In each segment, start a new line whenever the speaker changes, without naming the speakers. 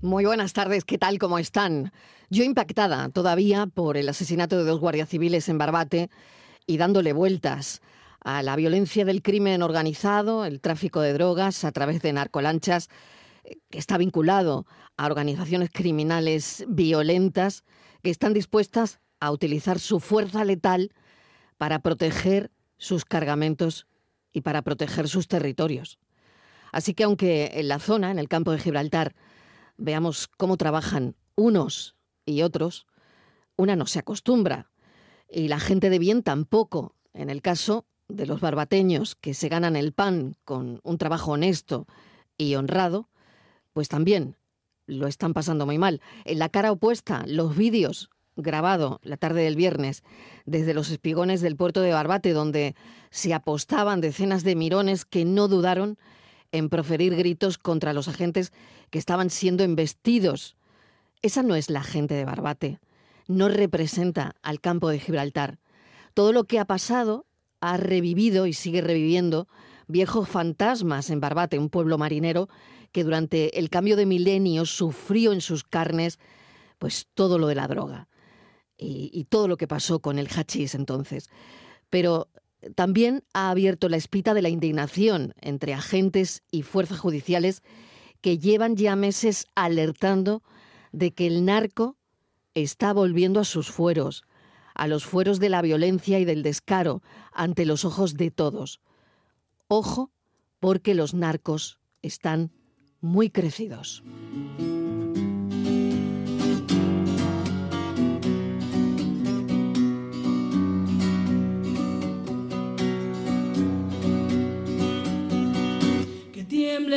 Muy buenas tardes, ¿qué tal? ¿Cómo están? Yo impactada todavía por el asesinato de dos guardias civiles en Barbate y dándole vueltas a la violencia del crimen organizado, el tráfico de drogas a través de narcolanchas, eh, que está vinculado a organizaciones criminales violentas que están dispuestas a utilizar su fuerza letal para proteger sus cargamentos y para proteger sus territorios. Así que aunque en la zona, en el campo de Gibraltar, veamos cómo trabajan unos y otros, una no se acostumbra y la gente de bien tampoco. En el caso de los barbateños que se ganan el pan con un trabajo honesto y honrado, pues también lo están pasando muy mal. En la cara opuesta, los vídeos grabado la tarde del viernes desde los espigones del puerto de Barbate, donde se apostaban decenas de mirones que no dudaron en proferir gritos contra los agentes que estaban siendo embestidos. Esa no es la gente de Barbate, no representa al campo de Gibraltar. Todo lo que ha pasado ha revivido y sigue reviviendo viejos fantasmas en Barbate, un pueblo marinero que durante el cambio de milenio sufrió en sus carnes pues todo lo de la droga y, y todo lo que pasó con el hachís entonces. Pero también ha abierto la espita de la indignación entre agentes y fuerzas judiciales que llevan ya meses alertando de que el narco está volviendo a sus fueros, a los fueros de la violencia y del descaro ante los ojos de todos. Ojo, porque los narcos están muy crecidos.
Que tiemble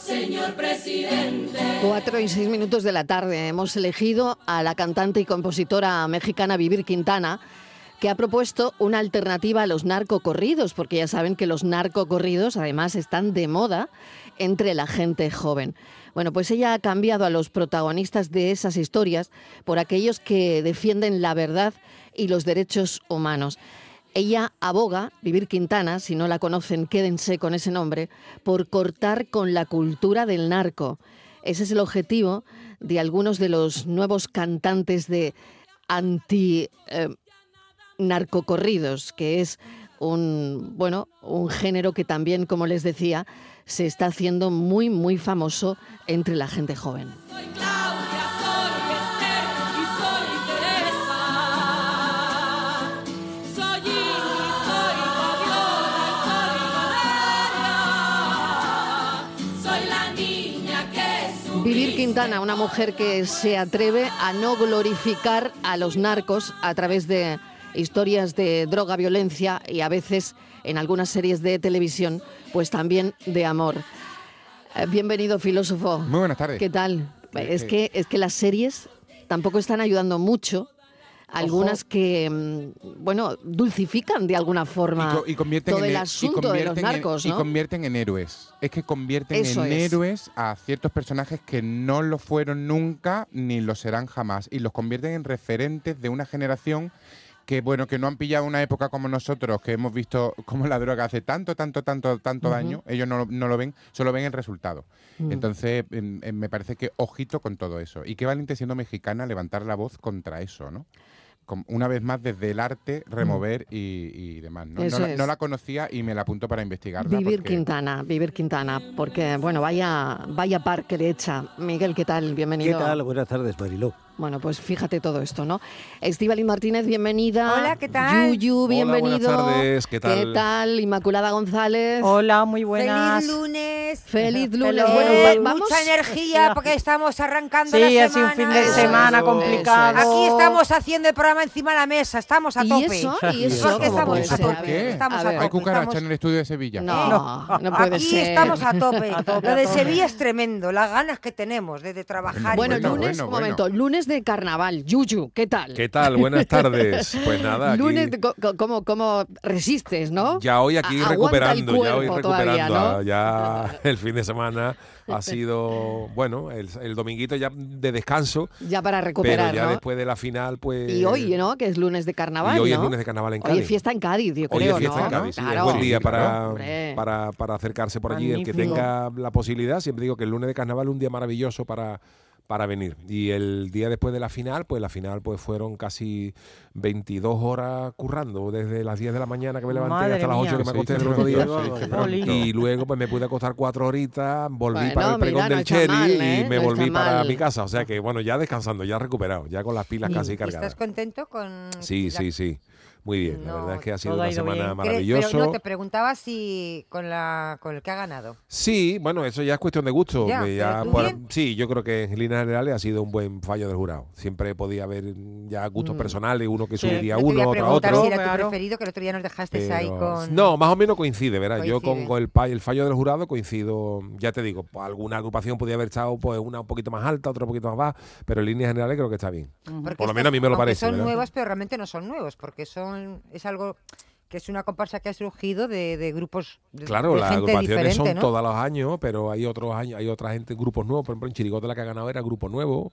señor presidente.
Cuatro y seis minutos de la tarde hemos elegido a la cantante y compositora mexicana Vivir Quintana, que ha propuesto una alternativa a los narcocorridos, porque ya saben que los narcocorridos además están de moda entre la gente joven. Bueno, pues ella ha cambiado a los protagonistas de esas historias por aquellos que defienden la verdad y los derechos humanos. Ella aboga, Vivir Quintana, si no la conocen, quédense con ese nombre, por cortar con la cultura del narco. Ese es el objetivo de algunos de los nuevos cantantes de anti eh, narcocorridos, que es un bueno, un género que también, como les decía, se está haciendo muy muy famoso entre la gente joven.
Soy Claudia, soy Esther y soy Teresa. Soy Ingrid, soy Fabiola, soy Valeria. Soy la niña que su
Vivir Quintana, una mujer que se atreve a no glorificar a los narcos a través de historias de droga, violencia y a veces en algunas series de televisión, pues también de amor. Eh, Bienvenido, filósofo.
Muy buenas tardes.
¿Qué tal?
Eh,
Es
eh.
que, es que las series tampoco están ayudando mucho. Algunas que, mm, bueno, dulcifican de alguna forma
co- y convierten
todo el
en he- y
asunto de los
convierten en-
narcos,
y
¿no?
convierten en héroes. Es que convierten
Eso
en
es.
héroes a ciertos personajes que no lo fueron nunca ni lo serán jamás. Y los convierten en referentes de una generación que, bueno, que no han pillado una época como nosotros, que hemos visto cómo la droga hace tanto, tanto, tanto, tanto
Ujú. Mm.
daño. Ellos no, lo- no lo ven, solo ven el resultado. Entonces, em, em, me parece que ojito con todo eso. Y qué valiente siendo mexicana levantar la voz contra eso, ¿no? Com- Una vez más, desde el arte,
Mm.
remover y, y demás. ¿no? No
Eso
la-
es.
no la conocía y me la apunto para investigarla.
Vivir
porque-
Quintana, vivir Quintana, porque bueno, vaya, vaya par que le echa. Miguel, ¿qué tal?
¿Qué
Bienvenido.
tal? Buenas tardes, Mariló.
Bueno, pues fíjate todo esto, ¿no? Estíbaliz Martínez, bienvenida.
Hola, ¿qué tal?
Yuyu,
Hola, buenas
bienvenido.
tardes, ¿qué tal?
tal? Inmaculada González.
Hola, muy buenas.
Feliz lunes.
Feliz lunes. Bueno,
Feliz
Eh,
lunes.
va- vamos.
Mucha energía porque estamos arrancando
Sí,
la
ha sido
semana.
un fin de
Eso,
semana
eso,
complicado.
Aquí estamos haciendo el programa encima de la mesa, estamos a
¿Y
tope.
eso? ¿Y
¿Y
eso?
eso
¿Cómo
estamos
puede
a
ser?
tope,
A ver,
estamos
a
a
ver.
Hay
tope.
cucaracha
estamos-
en el estudio de Sevilla.
No, no puede
Aquí
ser.
estamos a tope.
A tope,
Lo
a
de
tope.
Sevilla es tremendo, las ganas que tenemos de, de trabajar. y
Bueno,
todo.
lunes,
bueno,
un momento,
bueno.
lunes Lunes de carnaval, Yuyu, ¿qué tal?
¿Qué tal? Buenas tardes. Pues nada, aquí-
Lunes, de- co- co- ¿cómo, cómo resistes, no?
ya hoy aquí
A- aguanta el
recuperando, ya hoy
cuerpo
recuperando.
todavía, ¿no?
ah, Ya el fin de semana ha sido, bueno, el, el dominguito ya de descanso,
Ya para
pero
recuperar,
ya
¿no?
después de la final, pues...
Y hoy, ¿no? Que es lunes de carnaval.
y hoy
¿no?
es lunes de carnaval en
Hoy
Cádiz.
es fiesta en Cádiz, yo
Hoy
creo,
es fiesta
¿no?
en Cádiz, sí, es
Claro.
buen día
Claro,
para,
hombre.
para, para acercarse por allí. El que
Magnífico.
tenga la posibilidad, siempre digo que el lunes de carnaval es un día maravilloso para, para venir. Y el día después de la final, pues la final pues fueron casi 22 horas currando, desde las 10 de la mañana que me levanté
Madre
hasta las 8
mía.
que me
Se
acosté el
dice
otro día.
pronto, se dice
Jolín.
Y luego pues me pude acostar cuatro horitas, volví
Bueno,
para el pregón
mira, no
del
está
Cheli
mal, ¿eh?
y
No
me
está
volví para
mal.
mi casa. O sea que bueno, ya descansando, ya recuperado, ya con las pilas
Bien,
casi
¿y
cargadas.
¿Estás contento con.?
Sí,
la-
sí, sí. Muy bien. La
No,
verdad es que ha sido
todo ha
una
ido
semana
bien.
Cre-
maravillosa.
Pero no te preguntaba si con, la, con el que ha ganado.
Sí, bueno, eso ya es cuestión de gusto.
Ya,
que ya
pero tú
por-
bien.
sí, yo creo que en líneas generales ha sido un buen fallo del jurado. Siempre podía haber mm, ya gustos
Mm.
personales, uno que
Sí.
subiría a
No te voy
uno,
a
otro a
preguntar
otro.
si era tu
Claro.
preferido, que el otro día nos dejaste ahí
Pero-
con.
No, más o menos coincide, ¿verdad? Yo con,
Coincide.
con el, pa- el fallo del jurado coincido, ya te digo, pues, alguna agrupación podía haber estado pues, una un poquito más alta, otra un poquito más baja, pero en líneas generales creo que está bien.
Mm, Porque
Por lo
estos,
menos a mí me lo
aunque
parece,
Son
¿verdad?
nuevos, pero realmente no son nuevos, porque son es algo que es una comparsa que ha surgido de, de grupos de,
Claro,
de
las
gente
agrupaciones
diferente,
son
¿no?
todos los años, pero hay otros años, hay otra gente, grupos nuevos. Por ejemplo, en Chirigota la que ha ganado era grupo nuevo.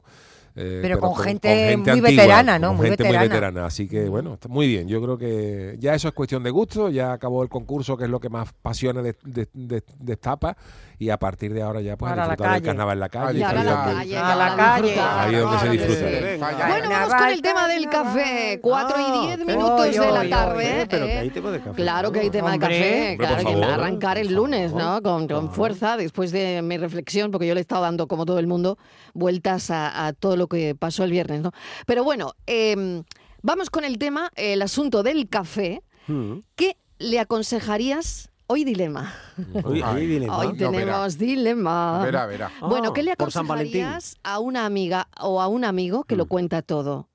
eh,
Pero con gente muy veterana, ¿no?
Con
Muy
gente muy
veterana. Mm.
veterana. Así que, bueno, está muy bien. Yo creo que ya eso es cuestión de gusto. Ya acabó el concurso, que es lo que más pasiones de- de- de- destapa. Y a partir de ahora ya pues a
Ahora a la
disfrutar del
calle.
carnaval en la calle.
Y
Y
que
ahora
es
la
donde-
calle.
Ah,
A
ya
la calle.
disfruta.
Ah,
Ahí es donde se
Claro que
disfruta.
sí.
Venga.
Bueno, vamos con el tema del café. 4 y 10 minutos
Oy,
de la
oy,
tarde.
oy,
pero que
¿eh?
hay tema de café.
Claro que hay tema
Hombre.
de café.
Hombre, por
Claro que
favor,
va a arrancar el
por
lunes,
favor.
¿no? Con, con
Ajá.
fuerza, después de mi reflexión, porque yo le he estado dando, como todo el mundo, vueltas a, a todo lo que pasó el viernes, ¿no? Pero bueno, eh, vamos con el tema, el asunto del café.
Mm.
¿Qué le aconsejarías? Hoy dilema.
Hoy, hoy dilema.
Hoy
no,
tenemos dilema.
Verá, verá.
Ah,
Bueno, ¿qué le
por San Valentín.
aconsejarías a una amiga o a un amigo que lo
Mm.
cuenta todo?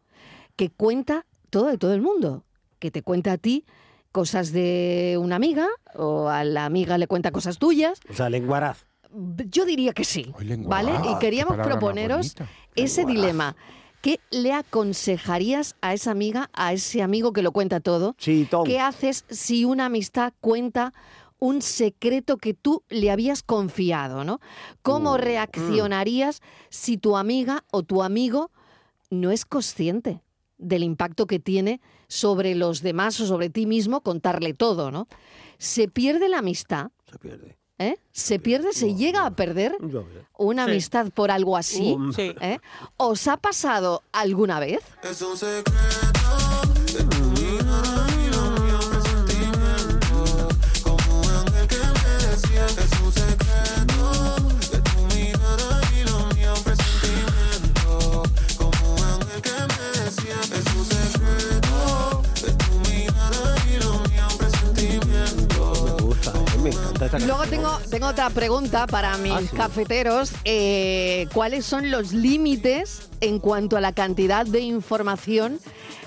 Que cuenta todo de todo el mundo. Que te cuenta a ti cosas de una amiga o a la amiga le cuenta cosas tuyas.
O sea, lenguaraz.
Yo diría que sí.
Hoy lengua.
¿Vale?
Ah,
Y
qué
queríamos
palabra más
proponeros
bonita.
ese
Lenguaraz.
dilema. ¿Qué le aconsejarías a esa amiga, a ese amigo que lo cuenta todo?
Chitón.
¿Qué haces si una amistad cuenta un secreto que tú le habías confiado, ¿no? ¿Cómo
Uh,
reaccionarías si tu amiga o tu amigo no es consciente del impacto que tiene sobre los demás o sobre ti mismo contarle todo, ¿no? Se pierde la amistad,
Se pierde.
¿eh? Se pierde, se
no,
llega a
no.
perder
Yo veo.
una
Sí.
amistad por algo así,
Mm.
Sí.
¿eh? ¿Os ha pasado alguna vez?
Me gusta, eh, me encanta esta
Luego
canción.
tengo, tengo otra pregunta para mis
Ah, sí.
cafeteros. Eh, ¿Cuáles son los límites en cuanto a la cantidad de información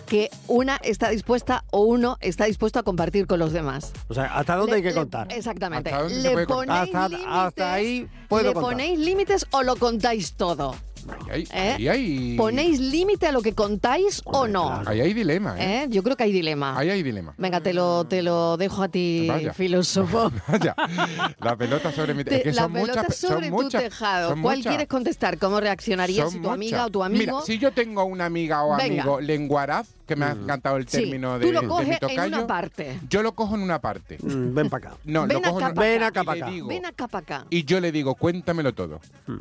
que una está dispuesta o uno está dispuesto a compartir con los demás?
O sea, ¿hasta dónde
Le-
hay que
le-
contar?
Exactamente.
¿Hasta dónde se
¿Le
puede contar?
ponéis
Hasta,
límites?
hasta ahí puedo
¿Le
contar.
ponéis límites o lo contáis todo?
Ahí hay,
¿Eh?
ahí hay-
¿Ponéis límite a lo que contáis o
Hombre,
no?
claro.
Ahí hay dilema, ¿eh?
¿Eh? Yo creo que hay dilema.
Ahí hay dilema.
Venga, te lo, te lo dejo a ti,
Vaya.
filósofo.
Vaya, la pelota sobre mi
Te-
es que
la
son muchas,
pelota
pe-
sobre
son
tu
muchas,
tejado.
son
¿Cuál
muchas.
quieres contestar? ¿Cómo reaccionarías
Son
si tu
muchas.
amiga o tu amigo?
Mira, si yo tengo una amiga o
Venga.
amigo lenguaraz, que me ha
Mm.
encantado el
Sí,
término de,
tú lo
de mi
coges en
tocayo,
una parte.
yo lo cojo en una parte.
Mm, Ven para acá.
No,
Ven
lo cojo
acá
en
pa'
una
Ven
acá.
acá
y
para
le
acá.
digo-
Ven acá para acá.
Y yo le digo, cuéntamelo todo.
Mm.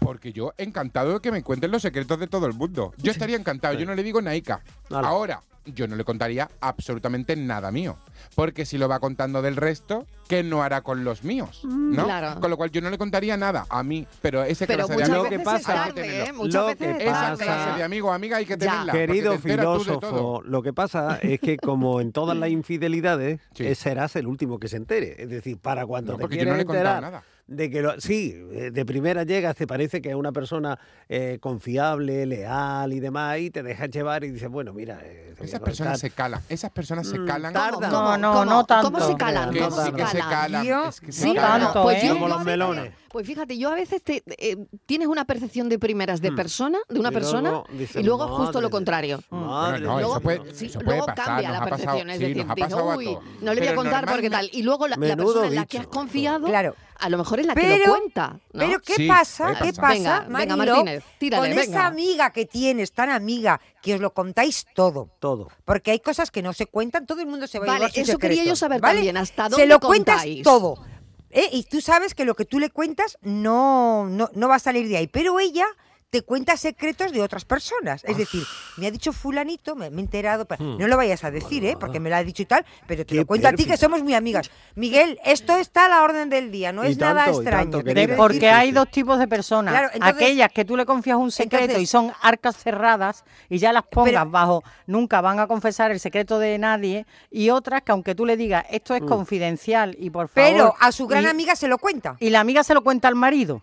Porque yo encantado de que me cuenten los secretos de todo el mundo. Yo estaría encantado, yo no le digo naica.
Ala.
Ahora, yo no le contaría absolutamente nada mío. Porque si lo va contando del resto, ¿qué no hará con los míos? ¿No?
Claro.
Con lo cual yo no le contaría nada a mí. Pero ese
Pero
clase de
muchas
lo
amigo,
veces
que pasa-
es
hay que
tarde, ¿eh?
tenerlo.
Muchas
Lo
veces
que
es
Esa
tarde.
clase de amigo o amiga hay que
Ya.
tenerla. porque
Querido
te enteras tú de todo.
filósofo, lo que pasa es que como en todas las infidelidades,
Sí.
eh, serás el último que se entere. Es decir, para cuando
No,
te
porque yo no
quieras
le he contado
enterar
nada.
de que lo, sí, eh, de primera llegas, te parece que es una persona eh, confiable, leal y demás, y te dejas llevar y dices, bueno, mira, eh,
Esas personas se calan. Esas personas se calan.
Tardan.
¿Cómo,
No, no,
cómo,
no tanto.
¿Cómo se calan?
Que
¿Cómo
sí
se
que se
calan?
calan.
Yo-
Es que se
Sí,
No
calan.
tanto,
pues,
¿eh?
yo-
Como
yo a
los
veces-
melones.
pues fíjate, yo a veces te, eh, tienes una percepción de primeras de persona, de una
Y
persona,
luego dices,
y luego
"Madre
justo lo
de-
contrario. Mm.
Bueno,
Madre
no,
de
luego,
eso puede-
sí,
eso
luego
puede pasar,
cambia
nos
la
ha pasado-
percepción, es
sí,
decir,
nos ha
dices,
pasado a
"Uy,
todos".
no le voy a
Pero
contar porque tal.
normalmente-
Y luego la, la
Menudo
persona en la que
bicho.
has confiado,
Claro.
a lo mejor es la que lo
Pero-
cuenta. ¿no?
Pero ¿qué
Sí,
pasa?
puede
¿Qué
pasar.
pasa,
Venga, venga,
Mariló,
Martínez, tírale,
Con
venga.
esa amiga que tienes, tan amiga, que os lo contáis todo.
Todo.
Porque hay cosas que no se cuentan, todo el mundo se va a
Vale,
llevar su
eso quería
secreto,
yo saber
¿vale?
también, ¿hasta dónde
Se lo
contáis?
cuentas todo. ¿eh? Y tú sabes que lo que tú le cuentas no, no, no va a salir de ahí. Pero ella te cuenta secretos de otras personas. Es decir, me ha dicho fulanito, me, me he enterado, pero no lo vayas a decir, ¿eh? porque me lo ha dicho y tal, pero
Hmm.
te
Qué
lo cuento a ti
pérfida.
que somos muy amigas. Miguel, esto está a la orden del día, no
Y
es nada
tanto, y
extraño.
tanto,
te
querida.
quiero decir
Porque
que-
hay dos tipos de personas.
Claro, entonces-
Aquellas que tú le confías un secreto
Entonces-
y son arcas cerradas y ya las pongas
Pero-
bajo, nunca van a confesar el secreto de nadie. Y otras que aunque tú le digas, esto
Mm.
es confidencial y por favor...
Pero a su gran
y-
amiga se lo cuenta.
Y la amiga se lo cuenta al marido.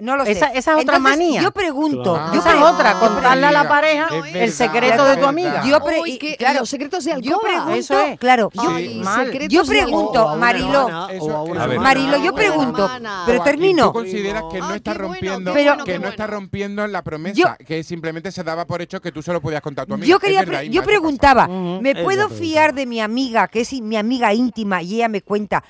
No lo sé.
Esa- esa es otra
Entonces,
manía.
Yo pregunto.
Claro.
Yo
Esa es
pregunto-
otra, contarle a la
amiga,
pareja
es
el
verdad,
secreto
es
de tu
verdad.
amiga.
Yo pre-
Uy,
y
que
claro,
los secretos de
Yo
alcoba.
pregunto,
Eso es.
claro.
Sí.
Yo,
Ay,
Mal.
secretos
Yo
de
pregunto,
alcoba.
Mariló.
Eso-
A ver.
Marilo, yo
Buena
pregunto,
hermana.
pero
Joaquín,
termino.
¿Tú consideras que no
Ah,
está
qué bueno,
rompiendo,
qué bueno,
Pero-
que
qué
no está
bueno.
rompiendo la promesa, que simplemente se daba por hecho que tú solo podías contar a tu amiga?
Yo
Es
quería,
verdad,
pre-
Inma,
yo
eso
preguntaba,
Ujú.
¿me
Ella
puedo
preguntaba.
fiar de mi amiga, que es i- mi amiga íntima, y ella me cuenta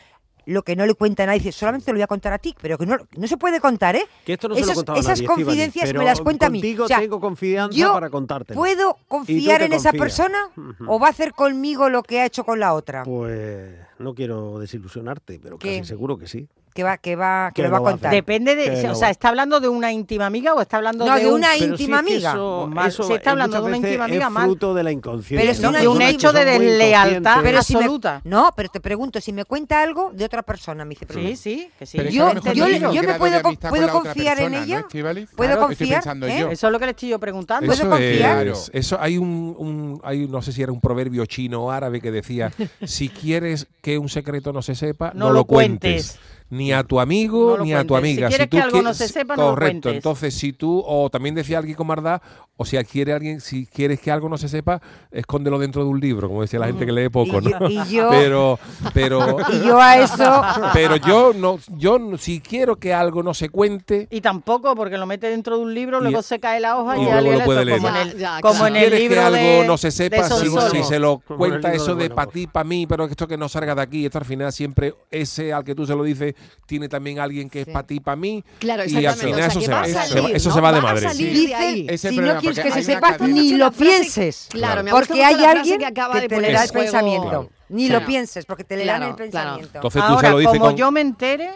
lo que no le cuenta a nadie? Dice, solamente te lo voy a contar a ti, pero que no, no se puede contar, ¿eh?
Que esto no se
esas
lo contaba
esas
nadie, Estíbaliz,
confidencias
pero
me las cuenta a mí.
Contigo
O sea,
tengo confianza
yo
para contártelo.
¿Puedo confiar
te
en esa
confías.
persona
Ujú.
o va a hacer conmigo lo que ha hecho con la otra?
Pues no quiero desilusionarte, pero
¿Qué?
casi seguro que sí.
Que va, que va, Ah, que
Que
lo va a
lo va a
contar.
hacer.
Depende
Que
de, o
no.
sea, ¿está hablando de una íntima amiga o está hablando
No,
de,
de
un-
una
Pero
íntima
si es que
amiga.
Eso,
Oh, Mal,
eso
se está hablando de
muchas
una
veces
íntima amiga,
es
mal.
fruto de la inconsciencia.
Pero es una
de
íntima-
hecho
de
deslealtad.
Pero si me-
absoluta.
no, pero te pregunto, si me cuenta algo de otra persona, me dice, pero
Sí, sí, que sí.
Pero es que a
Yo-
lo mejor
yo-
no tiene
yo
un
me
grado
puedo
de
con-
amistad
puedo
con la otra
confiar en
persona,
ella.
¿no, Estíbaliz?
¿Puedo
Claro, estoy
confiar,
pensando
eh?
yo.
Eso es lo que le estoy yo preguntando.
¿Puedo
Eso
confiar?
es, eso hay un, un- hay no sé si era un proverbio chino o árabe que decía si quieres que un secreto no se sepa
No
no,
lo
lo cuentes. Ni a tu amigo
No lo
ni a tu
cuentes. Si
amiga.
quieres
tú
que algo no
quieres-
se sepa, no lo
Correcto.
cuentes.
Entonces, si tú, o también decía alguien con maldad, o si quiere alguien, si quieres que algo no se sepa, escóndelo dentro de un libro, como decía la
Mm.
gente que lee poco,
Y yo-
¿no?
y yo-
pero, pero,
Y yo a eso.
pero yo no, yo no- si quiero que algo no se cuente,
Y tampoco, porque lo mete dentro de un libro, luego
Y- e
se cae la hoja y,
y
ya
luego
le
lo puede
como en
leer.
el,
Ya, ya,
como
claro.
en
¿Quieres
el libro
que algo
de-
no se
de
sepa, si,
Sonsol.
si se lo
Como en el
cuenta
libro
eso
de
de
Bueno
para ti, para mí, pero esto que no salga de aquí, esto al final siempre ese al que tú se lo dices tiene también alguien que es para ti, para mí.
Claro,
y al
exactamente.
final
o sea,
eso
que
se
va
va,
a
se va-
salir,
eso
¿no?
se va de
Va a
madre.
salir
sí.
de ahí.
Ese
si
problema,
no quieres
porque
que se
hay una
sepa,
cadena.
ni
Mucho
lo
la frase-
pienses.
Claro, me ha
Porque
gustado
hay
mucho la frase
alguien
que
que,
acaba de
te
poner
le
al
da el
juego-
pensamiento.
Claro.
Ni
Claro.
lo pienses, porque te le dan
Claro,
el pensamiento.
Entonces tú se
Ahora,
lo dices
como
con-
yo me entere,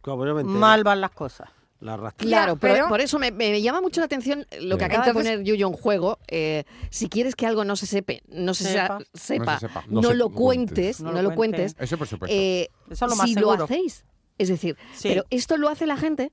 Como yo me enteré,
mal van las cosas.
La arrastré.
Claro, pero,
pero-
por eso me, me llama mucho la atención lo que
Sí.
acaba de
Entonces-
poner Yuyo en juego. eh, si quieres que algo no se sepe, no se
Sepa.
sea- sepa,
No se sepa.
no,
No se-
lo
no
cuentes,
cuentes.
no lo cuentes,
Eso por supuesto.
eh,
Eso es lo más
si lo
seguro.
hacéis. Es decir,
Sí.
pero esto lo hace la gente,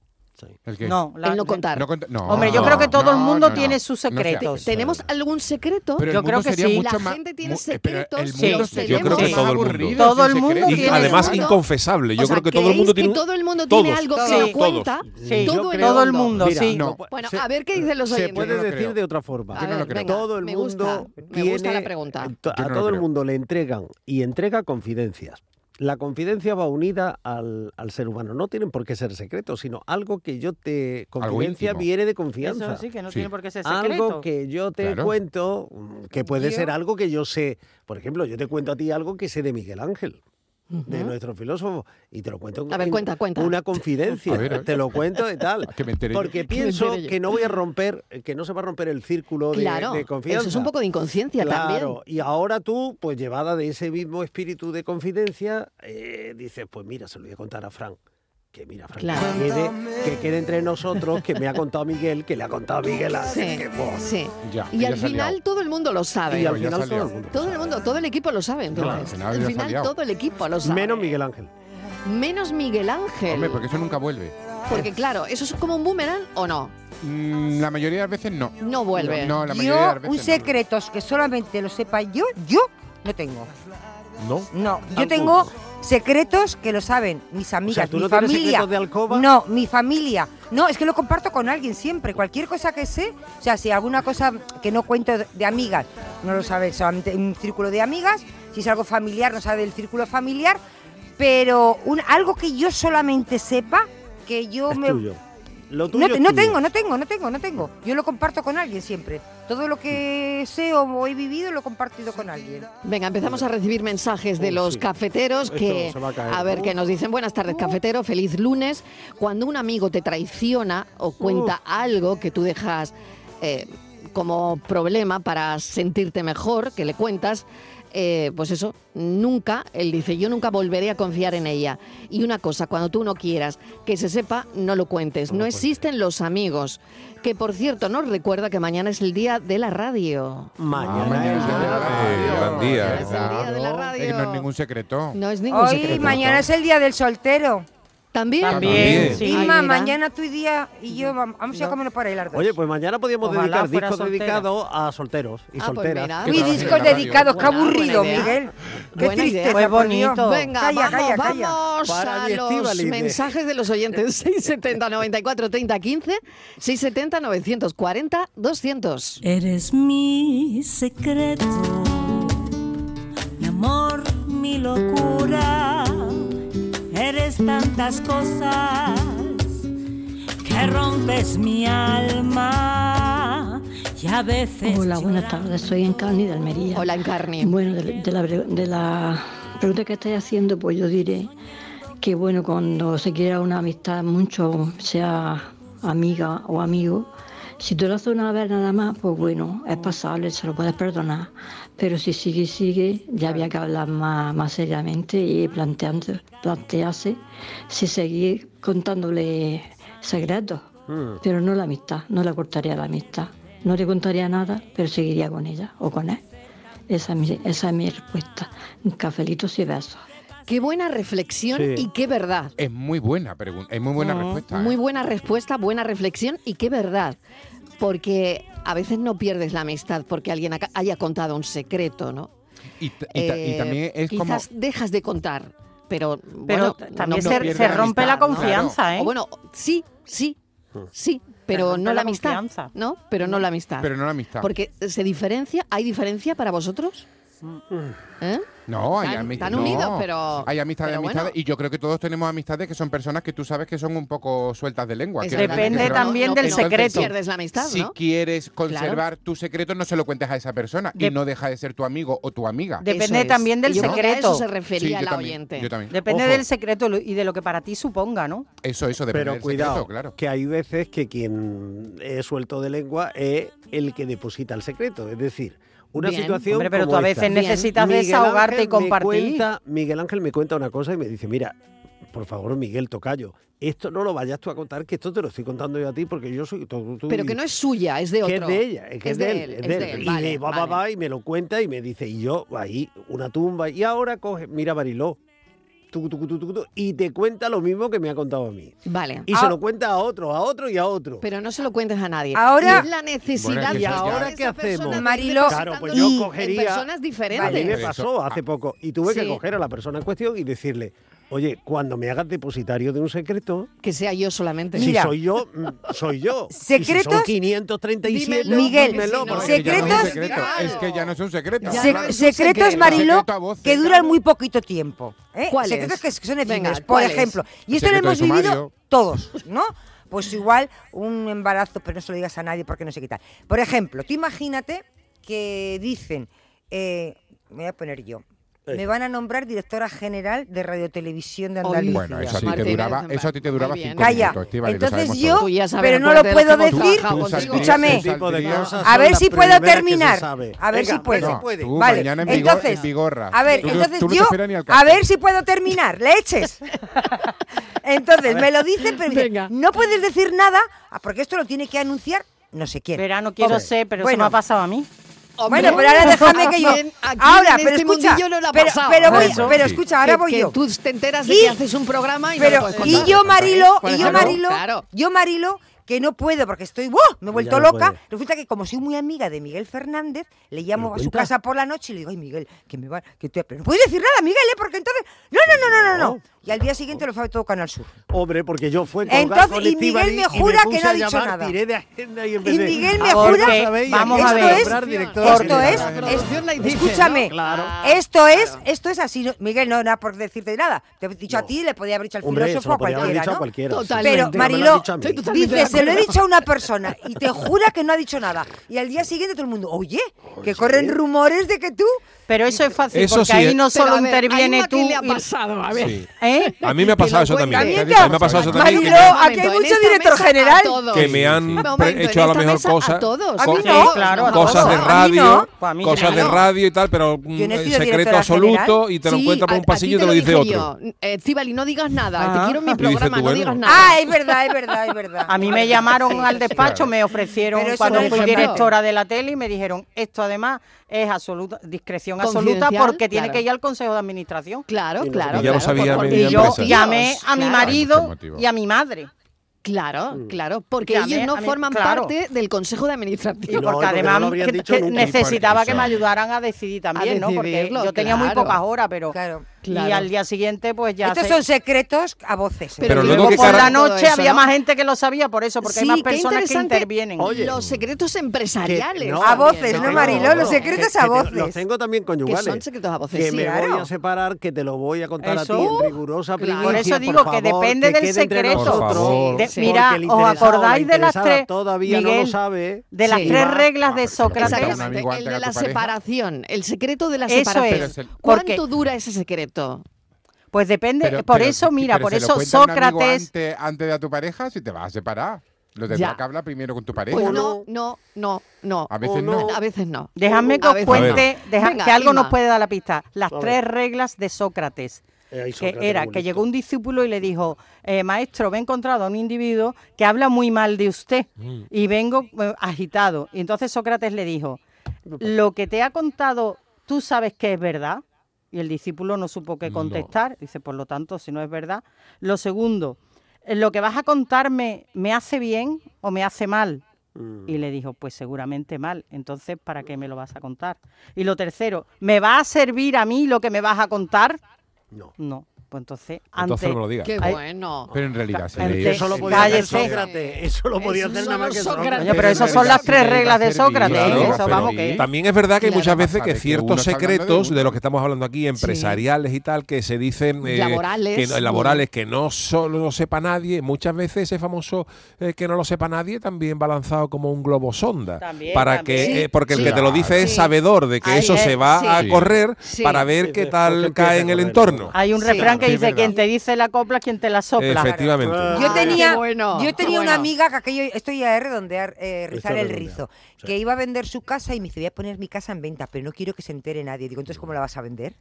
¿El qué?
No, la-
el no contar.
No cont- no,
Hombre, yo
no,
creo que todo el
no,
mundo
no,
tiene
no.
sus
No sea-
secretos.
¿Tenemos algún secreto?
Pero el
Yo creo
mundo
que
sería
sí.
mucho
La
más-
gente tiene
mu- pero el
secretos,
mundo
los
sería
yo creo
tenemos.
que
Sí.
todo el
mucho más
mundo.
aburrido
Todo
sin
el mundo
secretos.
Y
tiene
además
uno.
inconfesable. Yo
O sea,
creo que todo el
¿creéis
mundo
que
tiene un-
todo el mundo tiene
todos,
algo que
todos,
lo cuenta.
Sí,
todo,
yo
el
creo-
todo el mundo,
Mira,
sí.
no.
Bueno,
Se-
a ver qué dicen los
se
oyentes.
Puede
Yo no
decir
creo.
de otra forma.
A
Yo no
ver,
lo creo.
venga,
todo el
me
mundo
gusta, me
tiene,
gusta la pregunta.
to-
Yo
a
no lo
todo el
creo.
mundo le entregan y entrega confidencias. La confidencia va unida al, al ser humano. No tienen por qué ser secretos, sino algo que yo te confidencia
íntimo.
viene de
Eso
confianza.
sí, que no
Sí.
tiene por qué ser secreto.
Algo que yo te
Claro.
cuento, mm, que puede
Yo-
ser algo que yo sé. Por ejemplo, yo te cuento a ti algo que sé de Miguel Ángel, de nuestro filósofo, y te lo cuento.
A ver,
en
cuenta, cuenta.
Una confidencia.
A ver, a ver.
Te lo cuento y tal.
Que me entere yo.
Porque
me
pienso
entere yo.
que no voy a romper, eh, que no se va a romper el círculo de,
claro,
de confianza.
eso es un poco de inconsciencia también.
Claro, y ahora tú, pues llevada de ese mismo espíritu de confidencia, eh, dices, pues mira, se lo voy a contar a Frank. Que mira, Frank,
Claro.
que, quede, pues que quede entre nosotros, que me ha contado Miguel, que le ha contado Miguel a
Sí,
que, buah.
sí.
Ya,
y
ya
al
se ha
final
liado.
todo el mundo lo sabe.
Y al
ya
final
salió.
todo el mundo.
Todo el mundo, todo el equipo lo sabe,
al
entonces.
final
al
ya se ha
final
liado.
todo el equipo lo sabe.
Menos Miguel Ángel.
Menos Miguel Ángel.
Hombre, porque eso nunca vuelve.
Porque claro, ¿eso es como un boomerang o no?
Mm, la mayoría de las veces no.
No vuelve.
No, no, la mayoría de
Yo,
las veces
un
no.
secreto que solamente lo sepa yo, yo no tengo.
¿No?
No, yo
Algunos.
tengo secretos que lo saben mis amigas,
sea, ¿tú
mi
no tienes
familia.
secretos de alcoba?
No, mi familia. No, es que lo comparto con alguien siempre. Cualquier cosa que sé, o sea, si alguna cosa que no cuento de amigas no lo sabe solamente un círculo de amigas, si es algo familiar no sabe del círculo familiar, pero un- algo que yo solamente sepa, que yo
Es
me...
tuyo. Lo tuyo
No,
es
te- no
tuyo.
tengo, no tengo, no tengo, no tengo. Yo lo comparto con alguien siempre. Todo lo que sé o he vivido lo he compartido con alguien.
Venga, empezamos a recibir mensajes de
Uh,
los
sí.
cafeteros
Esto
que,
se va a caer.
ver, que
Uh.
nos dicen buenas tardes, cafetero, feliz lunes. Cuando un amigo te traiciona o cuenta algo que tú dejas eh, como problema para sentirte mejor, que le cuentas, eh, pues eso, nunca, él dice, yo nunca volveré a confiar en ella. Y una cosa, cuando tú no quieras que se sepa, no lo cuentes. No existen los amigos. Que por cierto, nos recuerda que mañana es el día de la radio.
Mañana,
Ah, mañana
es el día de la
es el
radio.
gran día.
Mañana es el
Claro.
día de la radio.
Es que no es ningún secreto.
No es ningún
Hoy,
secreto.
mañana es el día del soltero.
¿También?
También,
También.
sí.
Ay, mira.
Inma, mañana tu día y yo vam- vamos a comer por ahí las dos.
Oye, pues mañana podríamos
Ojalá
dedicar
fuera
discos
soltera.
dedicados a solteros y
Ah, pues
solteras.
mira.
que
Uy,
trabajen en
discos
la radio.
dedicados, qué
Buena-
aburrido,
buena idea.
Miguel. Qué
Buena idea. Pues
tristeza,
Muy
por Dios.
bonito.
Venga,
calla,
vamos,
calla, calla.
vamos
Para
a
mi
los
Estíbaliz.
mensajes de los oyentes. 670 94 30 15, 670 940 200.
Eres mi secreto, mi amor, mi locura. Eres tantas cosas que rompes mi alma y a veces.
Hola, buenas
llorando.
tardes. Soy Encarni de Almería.
Hola, Encarni.
Bueno, de, de la, pre- de la pregunta que estáis haciendo, pues yo diré que, bueno, cuando se quiera una amistad mucho, sea amiga o amigo, si tú lo haces una vez nada más, pues bueno, es pasable, se lo puedes perdonar. Pero si sigue y sigue, ya había que hablar más, más seriamente y planteando, plantearse si seguir contándole secretos.
Mm.
Pero no la amistad, no la cortaría la amistad. No le contaría nada, pero seguiría con ella o con él. Esa es mi, esa es mi respuesta. Cafelitos y besos.
Qué buena reflexión
Sí.
y qué verdad.
Es muy buena pregunta, es muy buena respuesta. ¿eh?
Mm. Muy buena respuesta, buena reflexión y qué verdad. Porque a veces no pierdes la amistad porque alguien aca- haya contado un secreto, ¿no?
Y, ta- y ta- y
Eh,
también es como
quizás dejas de contar, pero,
Pero
bueno,
t- también
no
se,
pierdes
se
la
rompe la
amistad, ¿no?
confianza, ¿eh?
O bueno, sí, sí, sí,
Pero
pero
rompe
no
la
la amistad.
confianza.
¿No? Pero no la amistad.
pero no la amistad.
Porque se diferencia, ¿hay diferencia para vosotros? ¿Eh?
No, hay
Están-
amistades.
están unidos, pero-
Hay amistades,
pero bueno.
amistades. Y yo creo que todos tenemos amistades que son personas que tú sabes que son un poco sueltas de lengua.
Es
que
verdad.
Depende
que se van-
también del
Entonces,
secreto.
si-
Pierdes la amistad,
Si
¿no?
quieres conservar tu secreto, no se lo cuentes a esa persona
Dep-
y no deja de ser tu amigo o tu amiga.
Depende
Eso es.
también del
Y yo creo que a
secreto.
eso se
Sí,
refería
yo
la
también,
oyente.
Yo también.
Depende
Ojo.
del secreto lo- y de lo que para ti suponga, ¿no?
Eso, eso, depende
Pero
del
cuidado,
secreto, claro.
que hay veces que quien es suelto de lengua es el que deposita el secreto. Es decir, una
Bien.
situación.
Hombre, pero
como
tú a veces
esta.
Bien.
necesitas
Miguel
desahogarte
Ángel
y
me
compartir.
cuenta- Miguel Ángel me cuenta una cosa y me dice: Mira, por favor, Miguel Tocayo, esto no lo vayas tú a contar, que esto te lo estoy contando yo a ti porque yo soy. Tú, tú-
Pero que no es suya, es de otro.
que es de ella, es que es, de él, es de él. Y
vale,
le va, va,
vale.
va, y me lo cuenta y me dice, y yo ahí, una tumba, y ahora coge, mira Mariló, tucu, tucu, tucu, tucu, y te cuenta lo mismo que me ha contado a mí.
Vale.
Y
Ah.
se lo cuenta a otro, a otro y a otro.
Pero no se lo cuentes a nadie.
Ahora-
Y es la
Bueno, es
necesidad
que
de
eso ya-
ahora
¿qué hacemos?
Mariló-
Claro, pues
yo
cogería-
En personas
a mí
diferentes.
me
Eso,
pasó
ah.
hace poco y tuve
Sí.
que coger a la persona en cuestión y decirle, oye, cuando me hagas depositario de un secreto,
Que sea yo solamente.
Mira.
si soy yo, mm, soy yo. Y si
Secretos-
son 537,
Dímelo,
Miguel,
dímelo,
No,
porque si no-
es que ya no es un
secretos-
secreto, Es que ya no es un secreto.
Ya,
Se-
claro, es un
secretos,
secreto.
Mariló,
Secreto a voces,
que duran
claro.
muy poquito tiempo. ¿eh?
¿Cuáles?
Secretos que son
Venga,
efímeros, por
¿cuáles?
ejemplo. Y
El
esto lo
secreto de
hemos vivido
sumario.
todos, ¿no? Pues igual un embarazo, pero no se lo digas a nadie porque no sé qué tal. Por ejemplo, tú imagínate que dicen, eh, me voy a poner yo,
Eh.
me van a nombrar directora general de Radiotelevisión de
Hoy.
Andalucía.
Bueno, eso a ti
Martín
te duraba,
Eisenbach.
eso a ti te duraba
Muy bien.
cinco
Calla.
minutos, Estíbaliz, lo
Entonces
sabemos
yo-
todos.
Tú ya sabes,
pero no
Acuérdate
lo
de
puedo
cómo
decir.
trabaja
Tú
contigo.
saldrías-
Escúchame.
tú saldrías-
A ver si puedo terminar. A ver si puedo.
No, tú
Vale,
mañana en, vigor,
entonces,
en Vigorra.
A ver,
Tú no-
entonces
tú no te
yo,
esperas ni al
a
café.
ver si puedo terminar, leches. entonces me lo dicen, pero dice,
Venga.
no puedes decir nada ah, porque esto lo tiene que anunciar no sé quién.
Verano quiero
Hombre,
ser, pero
bueno.
eso me ha pasado a mí.
Bueno, pero ahora déjame que yo.
Aquí en- aquí
ahora,
en
pero
este
escucha.
mundillo no la ha
pero,
pasado. ¿eh?
pero voy-
Eso.
pero
Sí.
escucha, ahora
Que-
voy
que
yo.
Tú te enteras
Y-
de que haces un programa y no lo
Pero,
puedes
y
contar.
yo Marilo,
Por
y yo
ejemplo,
Marilo,
claro.
yo Marilo que no puedo porque estoy, ¡buah! Me he vuelto
Ya no
loca.
puede.
Resulta que como soy muy amiga de Miguel Fernández, le
¿Lo
llamo a su
cuenta?
casa por la noche y le digo, ay Miguel, que me va, que te... pero no puedes decir nada, Miguel, ¿eh? porque entonces, no, no, no, no, no, no.
No.
Y al día siguiente lo fue todo Canal Sur.
Hombre, porque yo fui con
Entonces,
con
y Miguel
Estíbaliz
me
y
jura que
puse
no ha
a
dicho
llamar,
nada.
tiré de agenda y
Y
empecé.
Miguel me
Ahora
jura,
ya sabéis,
vamos
aquí
a
hay que
ver.
comprar directores y
esto es,
demás.
La
es-
producción la dice, ¿no?
escúchame,
Claro.
esto es, esto es así, no- Miguel, no nada por decirte nada. Te he dicho a ti, le podía haber dicho al
Hombre, se
filósofo
lo
a
podía haber
cualquiera,
dicho a
¿no?
cualquiera. sí.
Total.
Pero
Totalmente.
Pero me lo ha
Mariló,
dicho a mí.
Estoy totalmente
dice,
de
se lo he
acuerdo.
dicho a una persona y te jura que no ha dicho nada. Y al día siguiente todo el mundo, oye, que corren rumores de que tú...
Pero eso es fácil,
Eso
porque
sí,
ahí
eh.
no
Pero,
solo
a ver,
interviene
¿a
tú.
Inma ¿Qué le ha
y-
pasado? A ver.
Sí.
¿Eh?
A mí me ha pasado eso también.
cuente.
A mí
También
me ha pasado eso también. que
Mariló,
me-
aquí hay
Momento, en
mucho
esta
director
mesa,
general.
a todos.
Que me han pre-
en
hecho a lo
esta
mejor
mesa,
cosas-
A todos.
A mí
co-
no.
sí,
claro, a
cosas
todos.
de
A mí
radio,
no.
Pues a mí
cosas de
claro.
radio y tal, pero
Yo no he
mm,
sido
secreto
directora
absoluto
general.
y te lo
Sí,
encuentras por
a-
un
a ti
pasillo y te lo
dije
dice
yo,
otro.
Eh, Estíbali, no digas nada. Te
Ah.
quiero en mi
Y dices
programa,
tú,
no
bueno.
digas nada.
Ah, es verdad, es verdad, es verdad.
A mí me llamaron al despacho, me ofrecieron
Pero eso
cuando
no es
fui
ejemplo.
directora de la tele y me dijeron, esto además es absoluta discreción absoluta
Confidencial,
porque tiene
claro.
que ir al consejo de administración.
Claro,
Y
claro.
ya
claro,
lo sabía
por- porque
media
Y yo
empresa.
ellos-
llamé a mi
claro,
Hay muchos
marido
motivos.
y a mi madre.
Mm.
Claro, claro, porque
Llamé
ellos no
a mi-
forman
claro.
parte del Consejo de
Y
Administración.
No,
porque
porque no lo
además
habrían
que-
dicho
que
nunca.
necesitaba que
Eso.
me ayudaran a decidir también, ¿no? Porque
decidirlo,
yo tenía muy
claro.
pocas horas, pero
Claro.
Claro.
y al día siguiente pues ya
Estos
se-
son secretos a voces. ¿eh?
Pero
yo
luego
creo
que
por
por
cara-
la
todo
noche
eso,
había
¿no?
más gente que lo sabía por eso, porque
Sí,
hay más
qué
personas que
interesante
intervienen.
Oye,
Los secretos empresariales.
Que no,
A voces,
también,
¿no, Mariló? Los secretos a
que te-
voces.
los tengo también conyugales.
Que son secretos a voces,
Que
sí,
me
claro.
voy a separar, que te lo voy a contar
Eso,
a ti
uh,
en rigurosa
claro.
primicia,
Por
eso
por
digo que
favor,
depende del
quede entre
secreto.
nosotros,
Por favor.
De-
porque
mira,
el
¿os
interesado o la
acordáis de las
interesada
tres?
Todavía no lo
Miguel,
sabe.
De las
Sí.
tres
Ah,
reglas de
pero se lo cuenta
Sócrates,
una
Exactamente,
amigo
el
antes
de
a
la
tu pareja.
separación, el secreto de la
Eso
separación.
es,
porque-
¿Cuánto dura ese secreto?
pues depende,
Pero-
por
pero
eso
si-
mira,
pero
por
se lo
eso
cuenta un amigo
Sócrates,
Antes, antes de a tu pareja, si te vas a separar. Lo
Ya.
tendrás que hablar primero con tu pareja.
Pues
O
no, no, no, no.
A veces no.
A veces no.
dejadme que
A
os
veces
cuente,
no.
deja-
Venga,
que algo nos
Inma.
puede dar la pista, las
A
tres
ver.
reglas de Sócrates.
Eh, ahí
que
Sócrates
era
muy
que
listo.
llegó un discípulo y le dijo, eh, maestro, me he encontrado a un individuo que habla muy mal de usted y vengo eh, agitado. Y entonces Sócrates le dijo, lo que te ha contado, ¿tú sabes que es verdad? Y el discípulo no supo qué
No.
contestar. Dice, por lo tanto, si no es verdad. Lo segundo, "Eh, ¿lo que vas a contarme me hace bien o me hace mal?
Mm.
Y le dijo, pues seguramente mal, entonces ¿para qué me lo vas a contar? Y lo tercero, ¿me va a servir a mí lo que me vas a contar?
No.
No, pues entonces, antes...
Entonces no me lo digas.
Qué
Ay.
bueno.
Pero en realidad, si
Antes-
leí-
Eso lo
Sí,
podía hacer
cállese.
Sócrates. Eso lo podía
Eso
hacer nada
solo
más que
Sócrates.
Oye, pero esas son las tres reglas de Sócrates,
¿eh?
Claro,
Eso,
pero-
vamos, que-
También es verdad que hay
Claro.
muchas veces
Sabe
que
que
ciertos
uno está hablando de
secretos
uno.
de los que estamos hablando aquí, empresariales y tal, que se dicen eh,
Laborales.
que, no- laborales, que no solo lo sepa nadie, muchas veces ese famoso eh, que no lo sepa nadie también va lanzado como un globo sonda.
También,
para
también.
que,
Sí,
eh, porque
sí.
el que te lo dice es
Sí.
sabedor de que
Ahí
eso
es,
se va
sí.
a
Sí.
correr
Sí.
para ver qué
Sí, después
tal
empieza
cae en
a
el
correr,
entorno.
Hay un
Sí,
refrán que
sí,
dice,
verdad.
quien te dice la copla es quien te la sopla.
Efectivamente.
Ah.
Yo
Ay,
tenía,
qué bueno.
yo tenía
Qué bueno.
una amiga que aquello, esto ya es redondear, eh, rizar el
redondear,
rizo,
sí.
que iba a vender su casa y me dice, voy a poner mi casa en venta, pero no quiero que se entere nadie. Digo, entonces, ¿cómo la vas a vender?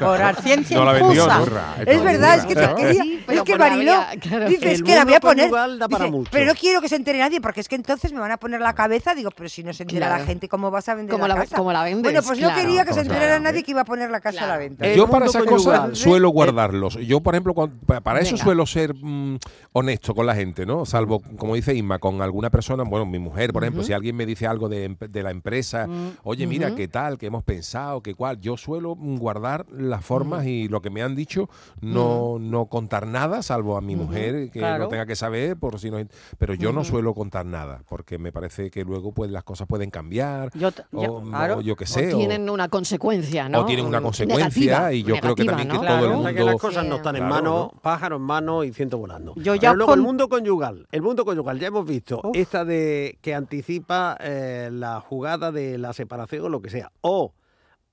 Por ciencia
No la vendió, eh,
infusa.
¿no?
Es verdad, es que, te
claro.
quería,
Sí, pero
es que
por
Mariló
habría- claro.
dice,
El
es que la voy a
mundo
poner,
conyugal da para
dice,
mucho.
pero no quiero que se entere nadie, porque es que entonces me van a poner la cabeza, digo, pero si no se entera
Claro.
la gente, ¿cómo vas a vender
¿Cómo
la,
la-
casa?
cómo la vendes?
Bueno, pues
Claro.
no quería que se
¿Cómo se la
enterara
vendes?
nadie que iba a poner la casa a
Claro.
la venta.
El
Yo para
mundo
esas
conyugal.
cosas suelo guardarlos. Yo, por ejemplo, cuan- pa- para eso
Venga.
suelo ser mm, honesto con la gente, ¿no? Salvo, como dice Isma, con alguna persona, bueno, mi mujer, por ejemplo, si alguien me dice algo de, emp- de la empresa, oye, mira, qué tal, qué hemos pensado, qué cual. Yo suelo mm, guardar las formas y lo que me han dicho, no, no contar nada, salvo a mi mujer, que
Claro.
no tenga que saber, por si no. Pero yo no suelo contar nada, porque me parece que luego pues las cosas pueden cambiar.
Yo t- ya,
o,
claro.
o yo qué
O
sé. o-
tienen una consecuencia, ¿no?
o tienen una
Mm,
consecuencia
negativa,
y yo creo que
negativa,
también
¿no?
que todo el
Claro.
Hasta que las
mundo
cosas no están en
Claro,
mano, pájaro en mano y ciento volando.
Yo ya
Pero luego el
con-
mundo conyugal, el mundo conyugal, ya hemos visto
Uf.
esta de que anticipa eh, la jugada de la separación o lo que sea. O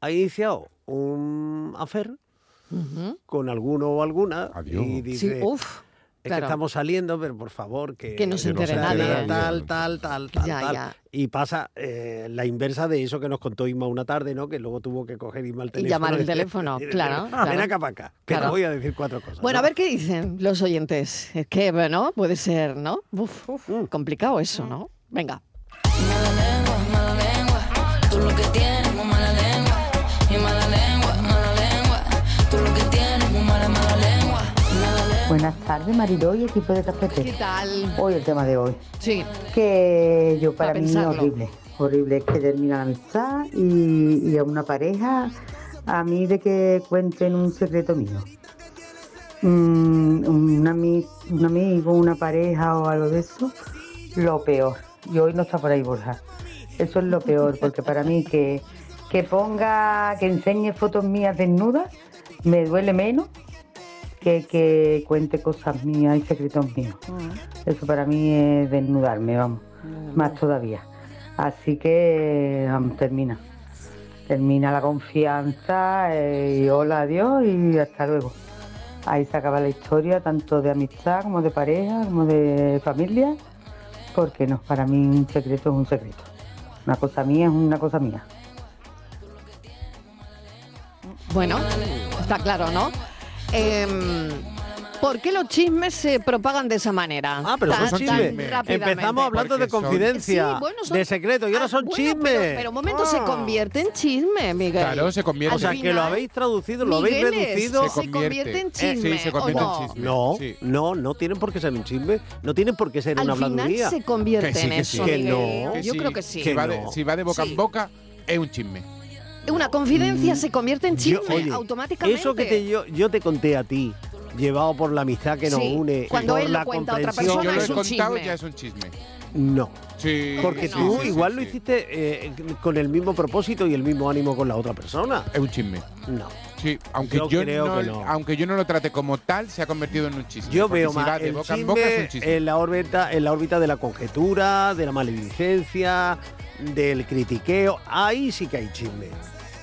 ha iniciado un affair
Ujú.
con alguno o alguna
Adiós.
y
Sí,
dice,
uf.
es
claro.
que estamos saliendo, pero por favor que,
Que no se
que
entere nadie.
Tal, tal, tal, tal,
Ya,
tal.
ya.
Y pasa eh, la inversa de eso que nos contó Isma una tarde, ¿no? Que luego tuvo que coger Isma el teléfono.
llamar el
y-
teléfono,
y decir,
claro,
Ven
claro.
acá para acá, que
Claro.
te voy a decir cuatro cosas.
Bueno, a
¿no?
ver qué dicen los oyentes. Es que, bueno, puede ser, ¿no? Uf, mm, complicado eso, ¿no? Venga.
Mala lengua, mala lengua, tú lo que tienes, muy mala lengua. Y mala lengua, mala lengua, tú lo que tienes, muy mala, mala lengua. Mala lengua.
Bueno,
Buenas tardes, Mariló y equipo de
¿Qué
cafete.
tal?
Hoy el tema de hoy,
Sí,
que yo para
Pa'
mí es
pensarlo.
horrible, horrible que termina la amistad y, y a una pareja a mí de que cuenten un secreto mío. Mm, un, ami- un amigo, una pareja o algo de eso, lo peor. Y hoy no está por ahí Borja. Eso es lo peor, porque para mí que, que ponga, que enseñe fotos mías desnudas, me duele menos que, que cuente cosas mías y secretos míos. Eso para mí es desnudarme, vamos, más todavía. Así que vamos, termina. Termina la confianza eh, y hola, adiós y hasta luego. Ahí se acaba la historia, tanto de amistad como de pareja, como de familia, porque no, para mí un secreto es un secreto. Una cosa mía es una cosa mía.
bueno, está claro, ¿no? Em, ¿Por qué los chismes se propagan de esa manera?
Ah, pero
Tan-
son
tan
chismes.
rápidamente.
Empezamos hablando de
Porque son-
confidencia,
Sí, bueno, son-
de secreto, y ahora
Ah,
son
bueno,
chismes.
Pero, pero un momento, se
Ah.
convierte en chisme, Miguel.
Claro, se convierte.
O sea, que lo
final,
habéis traducido, lo habéis
Migueles,
reducido.
se convierte en chisme,
Eh, Sí, se convierte
¿o no?
en chisme.
No,
Sí.
no, no tienen por qué ser un chisme, no tienen por qué ser una
Al final
habladuría.
se convierte
Que sí,
en
que
eso.
sí. Que
Miguel.
no.
Yo
sí,
creo que sí.
Si va, de,
no.
si va de boca
Sí.
en boca, es un chisme.
Una confidencia se convierte en chisme
Mm. Yo- oye,
automáticamente.
Eso que te- yo, yo te conté a ti, llevado por la amistad que nos
Sí,
une,
cuando
por
él
la
lo cuenta a otra
Si
comprensión.
yo
persona,
lo he
es un
contado,
chisme.
ya es un chisme.
No,
Sí,
porque
sí,
tú
sí, sí,
igual lo
sí.
hiciste eh, con el mismo propósito y el mismo ánimo con la otra persona.
Es un chisme.
No.
Sí, aunque
Yo
yo,
creo
no,
que no.
aunque yo no lo trate como tal, se ha convertido en un chisme.
Yo
porque
veo
si
más
va de
el
boca
chisme
en boca es un chisme.
en la órbita, en la órbita de la conjetura, de la maledicencia, del critiqueo. Ahí sí que hay chisme.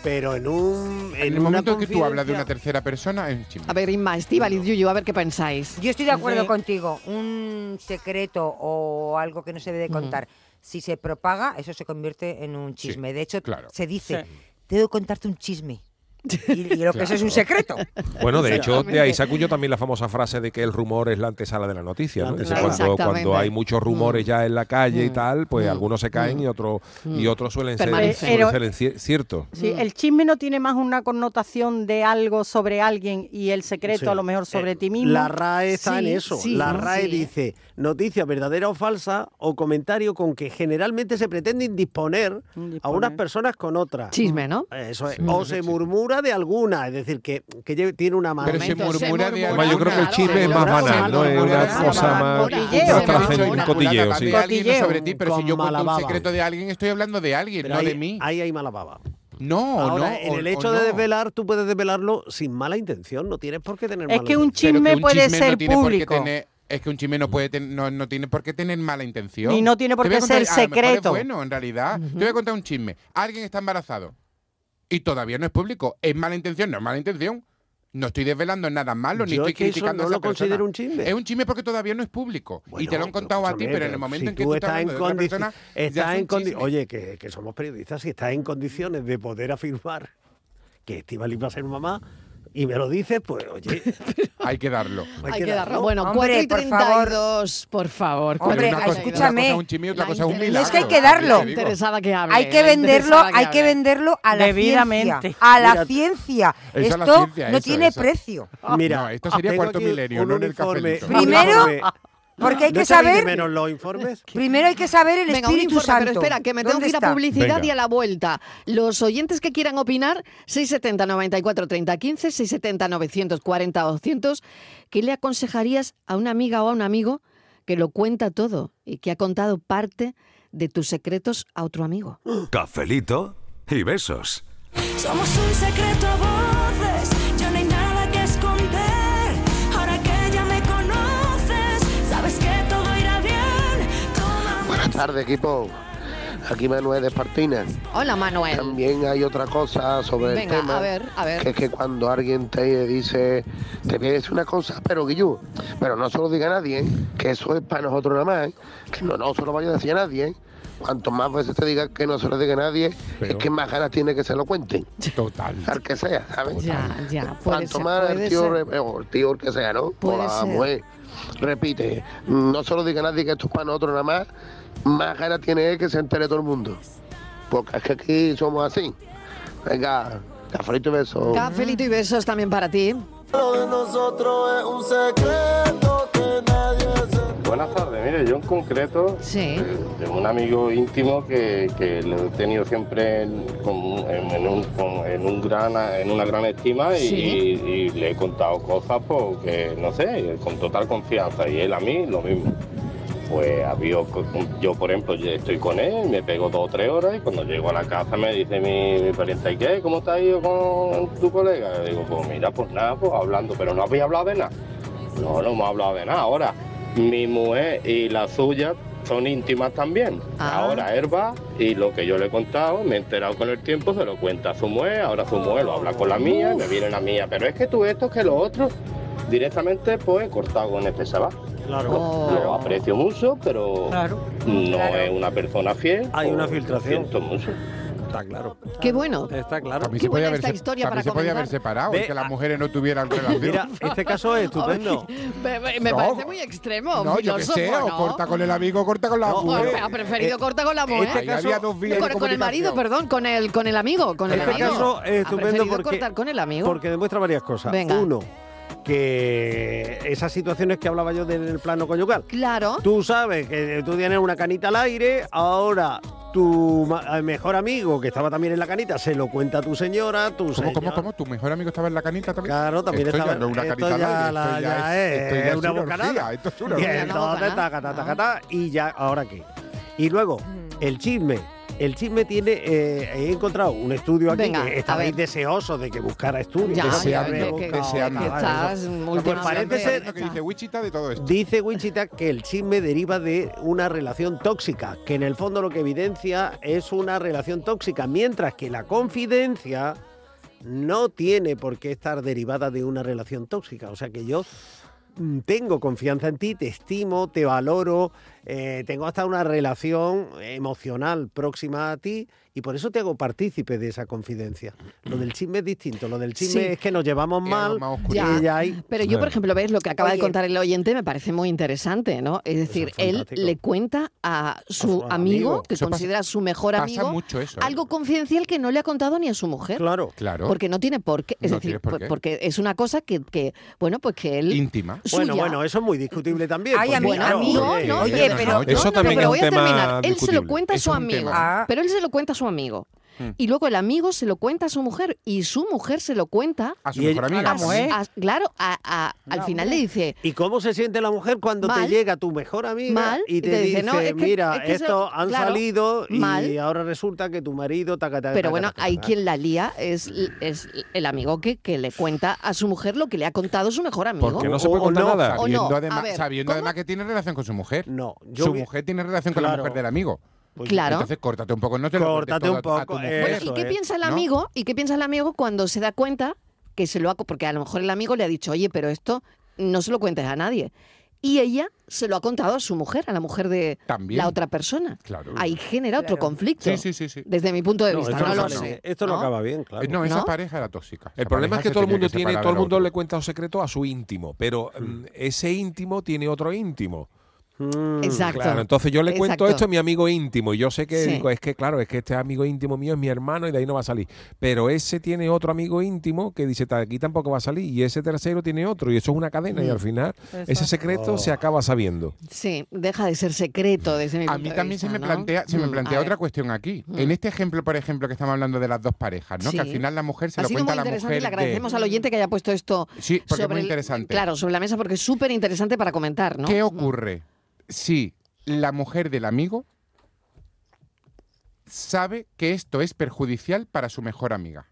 Pero en un
en el
una
momento que tú hablas de una
confidencia-
tercera persona, es un chisme.
A ver, Inma, Estíbaliz, Yuyu, a ver qué pensáis.
Yo estoy de acuerdo
Sí.
contigo. Un secreto o algo que no se debe de contar, si se propaga, eso se convierte en un
Sí,
chisme. de hecho,
claro.
se dice,
Sí.
debo contarte un chisme. Y, y lo que eso es un secreto.
Bueno, de hecho, de ahí saco yo también la famosa frase de que el rumor es la antesala de la noticia. ¿no?
La
Es decir,
antesala.
cuando,
Exactamente.
cuando hay muchos rumores ya en la calle y tal, pues algunos se caen y otros y otros suelen ser,
Permanecen.
suelen
Pero-
ser en cier- cierto.
Sí, el chisme no tiene más una connotación de algo sobre alguien y el secreto
Sí.
a lo mejor sobre
Eh,
ti mismo.
La RAE está en
Sí,
eso.
sí,
la RAE
sí.
dice noticia verdadera o falsa o comentario con que generalmente se pretende indisponer, a
Indisponer.
unas personas con otras.
Chisme, ¿no?
Eso es. O se murmura de alguna, es decir, que, que lle- tiene una mano.
Pero se
momento, se
murmura de
murmura,
Además, yo creo que el
Claro,
chisme es
claro.
más
Claro,
banal, ¿no?
claro,
Es una
claro,
cosa
claro,
más.
cotilleo.
más
Se
trascendente,
me ha dicho
un
una
cotilleo,
Inmaculada,
sí.
va de alguien, no
Cotilleo,
sobre ti, pero si
Pues con
yo cuento
malababa.
un secreto de alguien, estoy hablando de alguien,
Pero
no
ahí,
de mí.
ahí hay mala baba.
No,
Ahora,
no.
en
o-
el
o
hecho de
no.
desvelar, tú puedes desvelarlo sin mala intención, no tienes por qué tener
Es
mala
que un
intención.
Pero que
chisme
un
puede
chisme no
ser
tiene por qué
público.
tener- es que un chisme no, puede ten- no, no tiene por qué tener mala intención.
Y no tiene por
Te
qué
voy a contar-
ser
a lo mejor es
secreto.
bueno, en realidad. Te voy a contar un chisme. Alguien está embarazado y todavía no es público. ¿Es mala intención? No es mala intención. No estoy desvelando nada malo, ni
Yo
estoy
es que eso
criticando
no
a esa
lo considero
persona.
un chisme.
Es un chisme porque todavía no es público. y
Bueno,
te lo han
pero
contado a ti,
escúchame,
pero en el momento
si
en que tú estás hablando de otra
condici-
persona, ya
estás
es un
en condi-
chisme.
Oye, que, que somos periodistas, si estás en condiciones de poder afirmar que Estivali va a ser mamá y me lo dices, pues oye,
hay que darlo.
Hay que darlo.
darlo.
Bueno,
Hombre,
4 y
por
32, por favor.
Pero
Hombre,
una cosa- una
escúchame.
cosa es un chisme y otra
La
cosa es un
interesa-
milagro.
Es que hay que darlo.
Te digo.
Interesada que hable.
hay que
la
venderlo,
interesada
hay que
hable.
venderlo a la
Debidamente.
ciencia. A la
Mira,
ciencia.
eso a la
Esto
ciencia,
no
eso,
tiene
eso.
precio.
mira,
No, Ah, esto sería
Ah, tengo
cuarto
aquí
milenio,
un
no en el
uniforme-
cafelito.
un
Primero,
uniforme.
Porque hay
¿No
que
te dice
saber,
menos los informes?
primero hay que saber el
Venga, un
Espíritu
informe,
Santo.
pero espera, que me tengo
¿Dónde
que ir a
está?
publicidad
Venga.
y a la vuelta. Los oyentes que quieran opinar, 670 94 30 15, 670 940 200, ¿qué le aconsejarías a una amiga o a un amigo que lo cuenta todo y que ha contado parte de tus secretos a otro amigo?
Cafelito y besos.
Somos un secreto a voces, ya no hay nada que esconder. Ahora que ya me conoces, sabes que todo irá bien. Toma
Buenas tardes, equipo. Aquí Manuel de Espartina.
Hola, Manuel.
También hay otra cosa sobre el
Venga,
tema.
a ver, a ver.
Que es que cuando alguien te dice, te voy a decir una cosa, pero Guillú, pero no se lo diga a nadie, ¿eh? que eso es para nosotros nada más, ¿eh? que no, no se lo vaya a decir a nadie. ¿eh? Cuanto más veces te diga que no se lo diga a nadie,
Pero-
es que más ganas tiene que se lo cuenten,
Total.
al que sea, ¿sabes?
Ya, ya, puede
Cuanto
ser,
más el
puede
tío,
ser.
re- o el tío el que sea, ¿no?
Puede
o la
ser.
mujer. Repite, no se lo diga a nadie que esto es para nosotros nada más, más ganas tiene él que se entere todo el mundo. Porque es que aquí somos así. Venga, cafelito y beso.
Cafelito y besos también para ti.
Lo de nosotros es un secreto que nadie se...
Buenas tardes, mire, yo en concreto eh,
Sí.
tengo un amigo íntimo que, que lo he tenido siempre en, con- en- en un, con- en un gran, en una gran estima y,
Sí.
y le he contado cosas porque, no sé, con total confianza y él a mí lo mismo. Pues había, co- yo por ejemplo yo estoy con él, me pego dos o tres horas y cuando llego a la casa me dice mi, mi pariente, ¿y qué? ¿Cómo te ha ido con tu colega? Y digo, pues mira, pues nada, pues hablando, pero no habéis hablado de nada. No, no hemos hablado de nada. Ahora, mi mujer y la suya son íntimas también. Ahora él va y lo que yo le he contado, me he enterado con el tiempo, se lo cuenta a su mujer, ahora su mujer lo habla con la mía, me viene la mía, pero es que tú esto, que lo otro, directamente pues he cortado con este chaval. Claro. Lo aprecio mucho, pero no es una persona fiel. Hay una filtración. mucho.
Está claro.
Qué bueno.
Está claro.
También
Qué
se podía
buena
haber,
esta
se-
historia
también
para
se podía haber
comentar.
separado,
Ve-
que las mujeres no tuvieran relación.
Mira, este caso es estupendo.
Me, me- me
No.
parece muy extremo.
No, yo qué sé,
filósofo,
o
¿no?
corta con el amigo o corta con la
No, pues,
mujer.
ha preferido
Eh,
corta con la mujer.
este Ahí caso- había dos vías de
con, con el
comunicación.
marido, perdón, con el, con el amigo. Con el
Este
amigo.
caso es
ha
estupendo
preferido
porque,
cortar con el amigo.
porque demuestra varias cosas.
Venga.
Uno, que esas situaciones que hablaba yo del plano conyugal.
Claro.
Tú sabes que tú tienes una canita al aire, ahora tu ma- eh, mejor amigo, que estaba también en la canita, se lo cuenta a tu señora, tu
¿Cómo, cómo,
señora-
cómo? ¿Tu mejor amigo estaba en la canita también?
Claro, también
esto
estaba-
Ya no es una
esto
canita
ya
al aire,
la-
esto
ya es
esto ya
una
una
bocanada.
orgía, Esto es una
Y
orgía.
entonces, taca, taca, taca, taca, y ya, ¿ahora qué? Y luego,
Mm.
el chisme. El chisme tiene, eh, he encontrado un estudio aquí
Venga,
que
a
estabais
ver.
deseosos de que buscara estudios.
Ya,
de que
Deseando,
habéis buscado,
deseando.
tal,
que estás
eso. Pues
últimamente-
parece ser
que dice
Wichita de todo esto.
Dice Wichita que el chisme deriva de una relación tóxica, que en el fondo lo que evidencia es una relación tóxica, mientras que la confidencia no tiene por qué estar derivada de una relación tóxica. O sea que yo mm, tengo confianza en ti, te estimo, te valoro, eh, tengo hasta una relación emocional próxima a ti y por eso te hago partícipe de esa confidencia. Lo del chisme es distinto, lo del chisme
Sí.
es que nos llevamos mal
Ya,
y ya hay...
Pero yo, por ejemplo, ves lo que acaba de
Oye.
contar el oyente, me parece muy interesante, ¿no? Es decir, él le cuenta a su amigo,
amigo.
que
Eso pasa-
considera su mejor
pasa
amigo,
mucho eso, ¿eh?
algo confidencial que no le ha contado ni a su mujer.
Claro.
Claro.
Porque no tiene por qué. Es
No
decir,
tienes por
por-
qué.
porque es una cosa que, que, bueno, pues que él.
Íntima.
Suya.
Bueno, bueno, eso es muy discutible también.
Ay,
porque,
amigo,
claro, eh,
amigo,
oye,
no,
oye,
oye, pero,
oye,
no, no, no, pero voy a terminar. Él se lo
discutible.
cuenta a
Es
su
un
amigo, ¿ah?
tema. Mm.
pero él se lo cuenta a su amigo. Y luego el amigo se lo cuenta a su mujer y su mujer se lo cuenta
A su Y mejor ella- amiga.
a su-
Vamos, ¿eh?
a- claro, a- a- al final le dice,
¿Y cómo se siente la mujer cuando
Mal.
te llega tu mejor amiga
Mal,
y te, dice,
"No, es que-
mira,
es que eso-
estos han
claro,
salido y
mal".
ahora resulta que tu marido taca, taca,
pero
taca,
bueno,
taca,
hay
taca"?
quien la lía, es, es el amigo que, que le cuenta a su mujer lo que le ha contado su mejor amigo.
Porque no se puede contar nada.
O
Sabiendo,
no,
además,
a ver,
sabiendo además que tiene relación con su mujer.
No,
yo
su
vi-
mujer tiene relación con la
Claro.
mujer del amigo.
Pues Claro.
Entonces, córtate un poco, no te lo cuentes
Córtate un
todo a- a tu
poco, eh,
mujer.
Bueno, ¿y qué piensa el amigo? ¿Y qué piensa el amigo cuando se da cuenta que se lo ha co- porque a lo mejor el amigo le ha dicho, "Oye, pero esto no se lo cuentes a nadie." Y ella se lo ha contado a su mujer, a la mujer de
También.
la otra persona.
Claro.
Ahí genera otro conflicto.
Sí, sí, sí, sí.
Desde mi punto de
No,
vista,
esto
no,
no
lo
sale.
sé.
Esto no, acaba bien, claro.
Eh, No, esa
¿No?
pareja era tóxica.
El
Esa
problema es
pareja
que
se
todo el
tenía
mundo tiene,
separar
todo el
de la
mundo le cuenta un secreto a su íntimo, pero mm, ese íntimo tiene otro íntimo.
Exacto.
Mm, Claro, entonces yo le cuento
Exacto.
esto a mi amigo íntimo y yo sé que
Sí.
digo, es que claro, es que este amigo íntimo mío es mi hermano y de ahí no va a salir. Pero ese tiene otro amigo íntimo que dice, "Ta- aquí tampoco va a salir y ese tercero tiene otro y eso es una cadena y al final ese
Exacto.
secreto
Oh.
se acaba sabiendo.
Sí, deja de ser secreto desde mi
A
punto
mí
de
también se
vista, ¿no?
me plantea, se me
Mm,
plantea
a
otra
ver.
cuestión aquí.
Mm.
En este ejemplo, por ejemplo, que estamos hablando de las dos parejas, ¿no?
Sí.
Que al final la mujer se
ha
lo
sido
cuenta
muy
a la
interesante
mujer.
y le
de-
agradecemos al oyente que haya puesto esto
Sí, porque es
sobre
muy
el-
interesante.
claro, sobre la mesa porque es súper interesante para comentar, ¿no? Mm.
¿Qué ocurre si la mujer del amigo sabe que esto es perjudicial para su mejor amiga?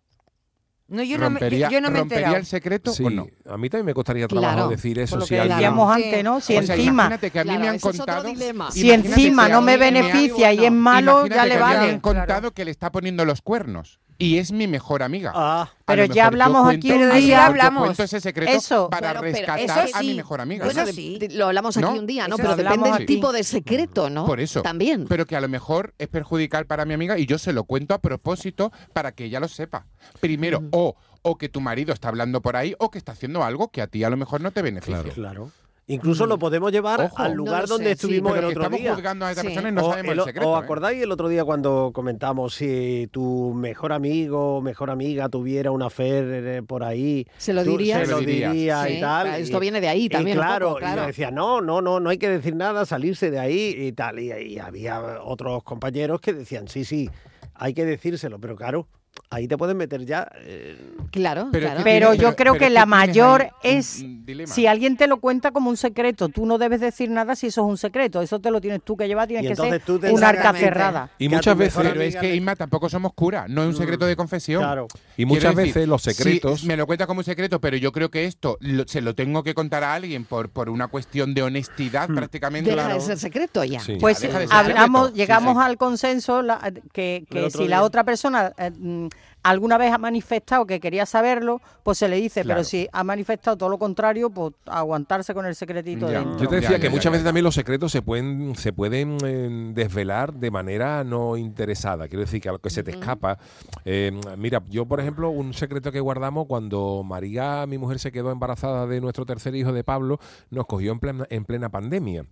No, yo no me,
Rompería-
yo, yo no me he
rompería
enterado.
el secreto
Sí,
o no?
A mí también me costaría trabajo
Claro.
decir
Por
eso.
lo
Si
que
alguien-
decíamos antes, ¿no? Si
O
encima,
sea, Pues imagínate que a mí
Claro,
me han
ese es otro
contado.
dilema.
si encima
que
no
a
me
mí me
beneficia y es malo,
Imagínate
ya le
que a mí me
vale.
han contado que le está poniendo los cuernos y es mi mejor amiga.
Ah,
pero ya hablamos aquí un
un
día.
Yo
Hablamos.
cuento ese secreto
Eso.
para
Pero- pero
rescatar
eso
a mi
sí.
mejor amiga.
Bueno, de- de- lo hablamos aquí
¿No?
un día, ¿no?
Eso
Pero
lo
depende
hablamos
del
aquí.
tipo de secreto, ¿no?
Por eso.
También.
Pero que a lo mejor es perjudicar para mi amiga y yo se lo cuento a propósito para que ella lo sepa. Primero, o, o que tu marido está hablando por ahí o que está haciendo algo que a ti a lo mejor no te beneficia.
Claro. Incluso lo podemos llevar
Ojo.
al lugar
Mm. No lo
donde
sé, sí.
estuvimos
Pero
el
que
otro
estamos
día.
juzgando a esta Sí. persona y no
O
sabemos el
o-
secreto,
¿Os
¿eh?
acordáis el otro día cuando comentamos si tu mejor amigo o mejor amiga tuviera una fer eh, por ahí?
Se lo
tú-
dirías.
Se lo
Se lo dirías.
diría
Sí,
y tal.
claro, esto
y-
viene de ahí
y
también un
claro,
poco,
y
claro.
yo decía, no, no, no, no hay que decir nada, salirse de ahí y tal. Y, y había otros compañeros que decían, sí, sí, hay que decírselo, pero claro. Ahí te puedes meter ya. eh,
Claro,
Pero es
Pero,
que tiene-
yo
pero-
creo
pero
que
es que
la
tienes ahí
mayor
un-
es
un dilema.
si alguien te lo cuenta como un secreto, tú no debes decir nada si eso es un secreto, eso te lo tienes tú que llevar, tienes
Y
que ser
entonces tú te- este.
una arca
Exactamente.
cerrada.
Y muchas veces. Mm.
Pero es que Inma tampoco somos curas, no es un secreto de confesión.
Claro. Y muchas veces los
sí,
secretos-
me lo cuenta como un secreto, pero yo creo que esto lo- se lo tengo que contar a alguien por, por una cuestión de honestidad
Hmm.
prácticamente.
Deja de ser secreto ya.
Sí.
Pues
Ya, deja de ser
hablamos,
secreto.
llegamos
Sí, sí.
al consenso la- eh, que, que
Del otro
si la
día.
otra persona eh, mm, alguna vez ha manifestado que quería saberlo, pues se le dice,
Claro.
pero si ha manifestado todo lo contrario, pues aguantarse con el secretito
Ya.
dentro.
Yo te decía
Ya, ya,
que
ya,
muchas
ya,
veces también los secretos se pueden, se pueden eh, desvelar de manera no interesada. Quiero decir que a lo que se te escapa. eh, mira, yo por ejemplo, un secreto que guardamos cuando María, mi mujer, se quedó embarazada de nuestro tercer hijo de Pablo, nos cogió en plena, en plena pandemia.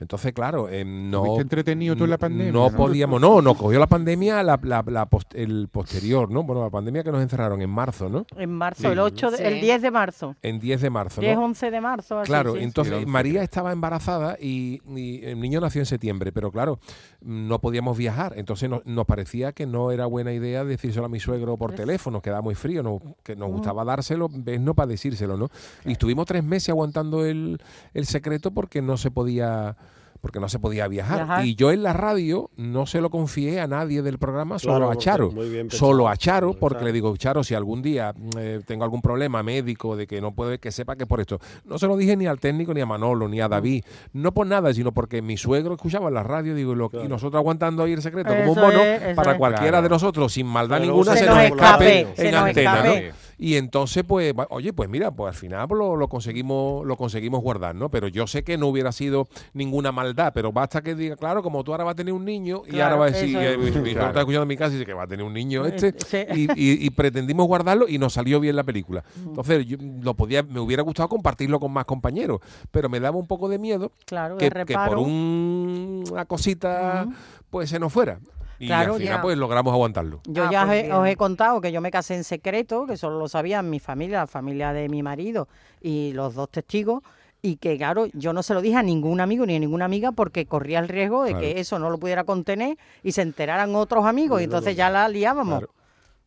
Entonces, claro, eh, no.
¿Estuviste entretenido tú en la pandemia?
No
no?
podíamos, no, nos cogió la pandemia la, la- la post- el posterior, ¿no? Bueno, la pandemia que nos encerraron en marzo, ¿no?
En marzo,
Sí.
el 8 de-
Sí.
el 10 de marzo.
En 10 de marzo, ¿no?
10, 11 de marzo. así,
Claro,
sí.
entonces María estaba embarazada y, y el niño nació en septiembre, pero claro, no podíamos viajar. Entonces no- nos parecía que no era buena idea decírselo a mi suegro por
Pues
teléfono, quedaba muy frío, no- que nos
Mm.
gustaba dárselo, ves, no para decírselo, ¿no? Y estuvimos tres meses aguantando el, el secreto porque no se podía porque no se podía viajar.
Viajar.
Y yo en la radio no se lo confié a nadie del programa, solo
Claro,
a
porque-
Charo.
muy bien pensado.
Solo a Charo, porque le digo, Charo, si algún día mm, eh, tengo algún problema médico de que no puedo, que sepa que es por esto. No se lo dije ni al técnico, ni a Manolo, ni a David. No por nada, sino porque mi suegro escuchaba en la radio digo, y, lo- y nosotros aguantando ahí el secreto como un
Eso
mono
es, eso
para
es.
cualquiera
Claro.
de nosotros, sin maldad
Se nos-
ninguna,
se
se,
nos
nos
escape,
escape
se
en
nos
antena. ¿no?
escape.
Y entonces, pues, va- oye, pues mira, pues al final pues, lo, lo conseguimos, lo conseguimos guardar, ¿no? Pero yo sé que no hubiera sido ninguna maldad, pero basta que diga, claro, como tú ahora vas a tener un niño y
Claro,
ahora va a decir,
eso
eh,
es.
mi- mi suegro
Claro.
está escuchando en mi casa y dice que va a tener un niño
Eh,
este.
Sí.
Y, y- y pretendimos guardarlo y nos salió bien la película.
Mm.
Entonces, yo lo podía, me hubiera gustado compartirlo con más compañeros, pero me daba un poco de miedo
Claro, de
que, que por
reparo.
un- una cosita, pues se nos fuera. Y
Claro,
al final,
ya.
pues logramos aguantarlo.
Yo
Ah,
ya
pues
os he-
bien.
os he contado que yo me casé en secreto, que solo lo sabían mi familia, la familia de mi marido y los dos testigos. Y que, claro, yo no se lo dije a ningún amigo ni a ninguna amiga porque corría el riesgo de
Claro.
que eso no lo pudiera contener y se enteraran otros amigos. Y
Bueno,
entonces
lo-
ya la liábamos.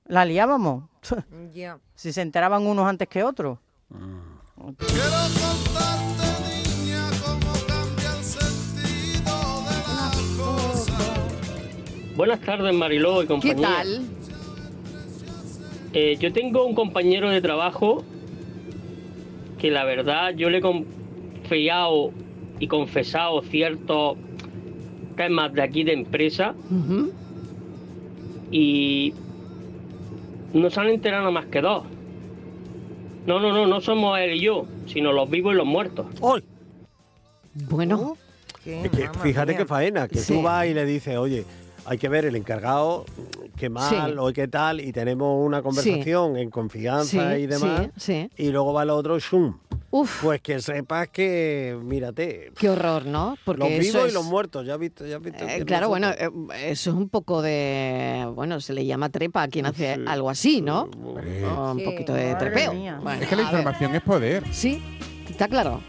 La liábamos.
Ya.
si se enteraban unos antes que otros.
Buenas tardes, Mariló y compañía.
¿Qué tal?
Eh, yo tengo un compañero de trabajo que la verdad yo le he confiado y confesado ciertos temas de aquí de empresa
Ujú.
y no se han enterado nada más que dos. No, no, no, no somos él y yo, sino los vivos y los muertos.
Oh,
Bueno.
Es que fíjate qué faena, que
Sí.
tú vas y le dices, oye, hay que ver el encargado, qué mal
Sí.
o qué tal, y tenemos una conversación en confianza
Sí,
y demás,
sí,
y luego va el otro, ¡shum!
Uf.
Pues que sepas que, mírate,
Qué horror, ¿no? Porque
los
eso
vivos
es-
y los muertos, ya has visto, ya has visto.
Eh,
que
claro, bueno,
nosotros-
eh, eso es un poco de. Bueno, se le llama trepa a quien hace algo así, ¿no? O un poquito de
Madre
trepeo.
mía.
Bueno,
Es que la
a ver.
información es poder.
Sí, está claro.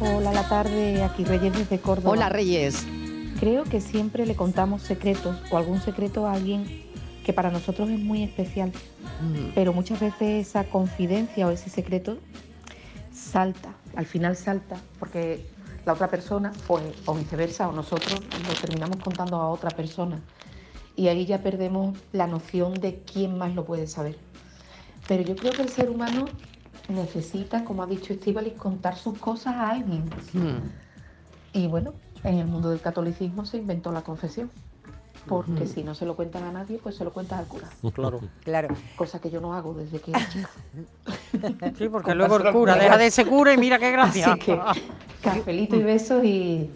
Hola, la tarde, aquí Reyes desde Córdoba.
Hola, Reyes.
Creo que siempre le contamos secretos o algún secreto a alguien que para nosotros es muy especial, pero muchas veces esa confidencia o ese secreto salta, al final salta, porque la otra persona, pues, o viceversa, o nosotros lo terminamos contando a otra persona. Y ahí ya perdemos la noción de quién más lo puede saber. Pero yo creo que el ser humano necesita, como ha dicho Estíbalis, contar sus cosas a alguien.
Mm.
Y bueno, en el mundo del catolicismo se inventó la confesión. Porque
Ujú.
si no se lo cuentan a nadie, pues se lo cuentas al cura.
Claro.
Claro.
Cosa que yo no hago desde que era chica.
Sí, porque luego el cura deja de ser cura y mira qué gracia.
Así que, cafelito y besos y...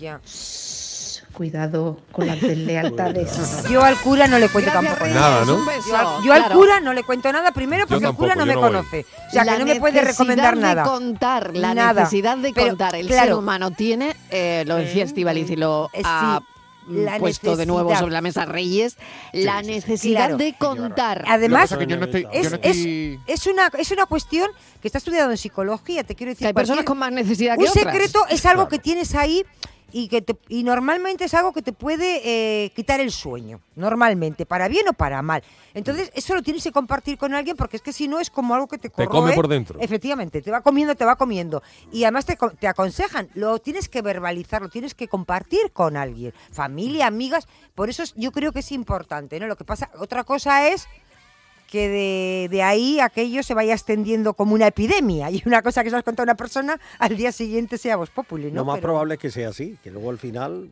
Cuidado con las deslealtades.
Yo al cura no le cuento tampoco
Reyes.
Nada, ¿no?
Yo,
Un beso,
al- yo al
claro.
cura no le cuento nada, primero
Yo
porque
tampoco,
el cura no
yo
me
no voy.
conoce. O sea,
La
que no me puede
necesidad
recomendar
de
nada.
contar, la
Nada.
necesidad de
Pero,
contar. El ser
claro,
humano tiene, eh, lo decía Estivaliz y lo
Eh, sí,
ha mm,
la
puesto de nuevo
necesidad.
sobre la mesa Reyes, la necesidad
Claro.
de contar.
Además, es,
es-
es- es una, es una cuestión que está estudiada en psicología, te quiero decir.
hay personas
cualquier-
con más necesidad que
Un
otras.
secreto es algo que tienes ahí y que te- y normalmente es algo que te puede eh, quitar el sueño, normalmente, para bien o para mal. Entonces, eso lo tienes que compartir con alguien porque es que si no es como algo que te
Mm. Te
corroe.
come por dentro.
Efectivamente, te va comiendo, te va comiendo. Y además te, co- te aconsejan, lo tienes que verbalizar, lo tienes que compartir con alguien, familia, amigas. Por eso es- yo creo que es importante, ¿no? Lo que pasa, otra cosa es que de, de ahí aquello se vaya extendiendo como una epidemia y una cosa que se has contado a una persona al día siguiente sea vos populi, ¿no?
Lo más
Pero-
probable es que sea así, que luego al final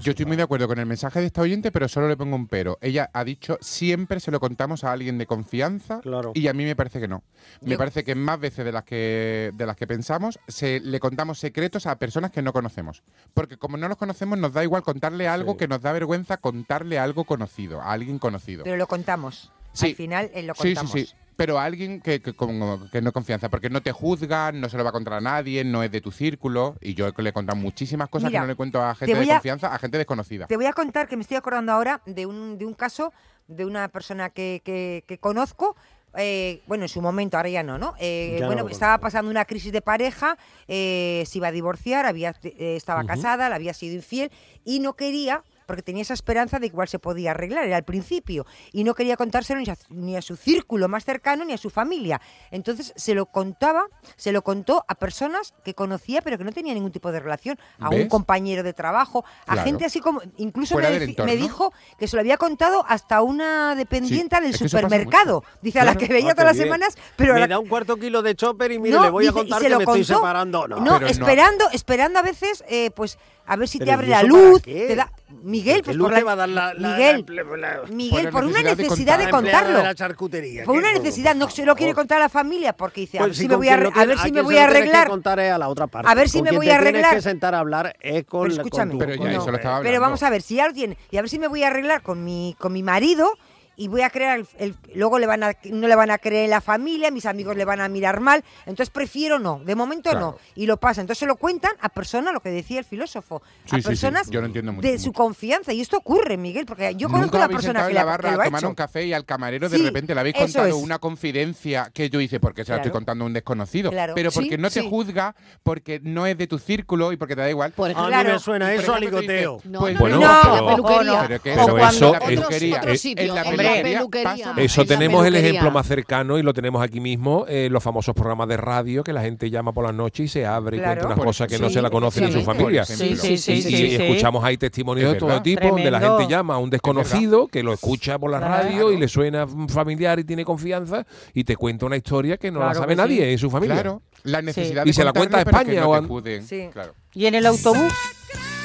Yo estoy muy de acuerdo con el mensaje de esta oyente, pero solo le pongo un pero. Ella ha dicho siempre se lo contamos a alguien de confianza y a mí me parece que no. Me
Yo-
parece que más veces de las que de las que pensamos se le contamos secretos a personas que no conocemos, porque como no los conocemos nos da igual contarle algo que nos da vergüenza contarle algo conocido, a alguien conocido.
pero lo contamos.
Sí.
Al final eh, lo
Sí, sí,
contamos.
sí. Pero a alguien que, que, como que no confianza, porque no te juzga, no se lo va a contar a nadie, no es de tu círculo. Y yo le he contado muchísimas cosas
Mira,
que no le cuento a
te
gente
voy
de
a-
confianza, a gente desconocida.
Te voy a contar que me estoy acordando ahora de un, de un caso de una persona que, que- que conozco. eh, bueno, en su momento, ahora ya no, ¿no? Eh,
Ya no
bueno,
lo
estaba pasando una crisis de pareja, eh, se iba a divorciar, había, eh, estaba
Ujú.
casada, le había sido infiel y no quería, porque tenía esa esperanza de que igual se podía arreglar, era al principio, y no quería contárselo ni a, ni a su círculo más cercano ni a su familia. Entonces se lo contaba, se lo contó a personas que conocía pero que no tenía ningún tipo de relación, a un
¿Ves?
compañero de trabajo, a
Claro.
gente así como, incluso
Fuera
me,
del
deci-
entorno.
me dijo que se lo había contado hasta una dependiente
Sí,
del
es que eso pasa
supermercado.
mucho.
Dice, a la
Claro.
que veía
Ah, qué
todas las
bien.
semanas, pero... a
me
la-
da un cuarto kilo de chopper y mire, le voy a
dice, y
contar
se
que
lo
me estoy
contó.
separando. No,
No, esperando, esperando a veces, eh, pues, a ver si te
Pero ¿y
abre la
eso para
luz.
qué?
Te da, Miguel, pues
luz
por
te va a dar la- la-
Miguel,
la- la- la-
Miguel,
por
por
la
una
necesidad de
necesidad de
contar. La empleada
contarlo.
de la charcutería,
Por
qué
una
gordo,
necesidad, no se lo quiere contar a la familia porque dice, a ver
Pues
si
si
me
con
voy a,
quien lo
arre- a
tienes-
ver si
quien
me
se
voy
lo
a
tienes que
arreglar.
contar es a la otra parte.
A ver si
Con
me
quien
voy
te
a
tienes
arreglar.
que sentar a hablar es con
Pero
la- con
escúchame.
tu-
Pero ya,
con-
eso lo estaba
Pero vamos a ver, si ya lo tiene, y a ver si me voy a arreglar con mi, con mi marido y voy a crear, el, el- luego le van a, no le van a creer en la familia, mis amigos le van a mirar mal, entonces prefiero no, de momento no,
Claro.
y lo pasa. Entonces se lo cuentan a personas, lo que decía el filósofo,
Sí,
a
sí, sí,
personas
yo lo entiendo mucho,
de su confianza, y esto ocurre, Miguel, porque yo
Nunca
conozco a una
habéis
persona
sentado
que,
en la
la-
barra
que lo
a
ha
tomar
hecho.
un café y al camarero
Sí,
de repente le habéis
eso
contado
es.
una confidencia que yo hice porque se la
Claro.
estoy contando a un desconocido.
Claro.
Pero porque
Sí,
no te
sí.
juzga, porque no es de tu círculo y porque te da igual. Por
ejemplo- A mí me suena eso a ligoteo.
Pues,
No,
pues,
no,
bueno,
no,
pero-
la peluquería.
Pero que
O
eso,
cuando-
eso en la
Otro-
peluquería. Eh,
eh,
otro
en
sitio,
la
hombre.
peluquería
Peluquería.
pasa
Eso
mucho.
tenemos el ejemplo más cercano y lo tenemos aquí mismo, eh, los famosos programas de radio que la gente llama por las noches y se abre y
Claro.
cuenta unas
Por
cosas que no
sí,
se la conoce ni su
efectivamente.
familia.
Por ejemplo.
Y-
Sí, sí, sí,
y,
sí, sí.
escuchamos ahí testimonios
Es
de todo
verdad.
tipo, donde la
Tremendo.
gente llama a un desconocido que lo escucha por la
Claro.
radio y le suena un familiar y tiene confianza y te cuenta una historia que no la
Claro
sabe
que sí.
nadie en su familia.
Claro. La necesidad
Y
de
se la cuenta
contarlo,
a
pero que
España
no
o
te
a-
juzguen. Claro.
Y en el autobús,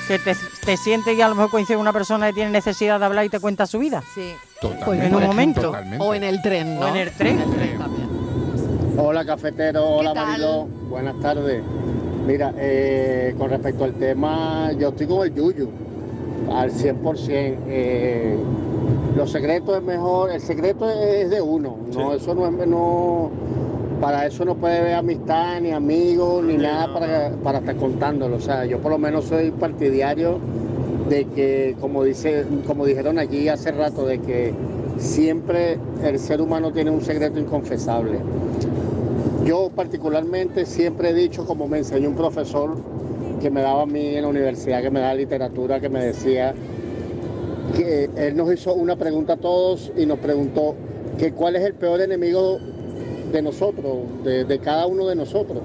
que te, te sientes y a lo mejor coincide con una persona que tiene necesidad de hablar y te cuenta su vida.
Sí.
Pues en un momento.
O en el tren, ¿no?
O en el tren.
Hola cafetero, hola marido, buenas tardes. Mira, eh, con respecto al tema, yo estoy con el Yuyu al 100%. Eh, los secretos es mejor, el secreto es de uno, no, eso no es, no, para eso no puede haber amistad, ni amigos, ni nada para, para estar contándolo. O sea, yo por lo menos soy partidario de que, como, dice, como dijeron allí hace rato, de que siempre el ser humano tiene un secreto inconfesable. Yo particularmente siempre he dicho, como me enseñó un profesor que me daba a mí en la universidad, que me daba literatura, que me decía que él nos hizo una pregunta a todos y nos preguntó que cuál es el peor enemigo de nosotros, de, de cada uno de nosotros.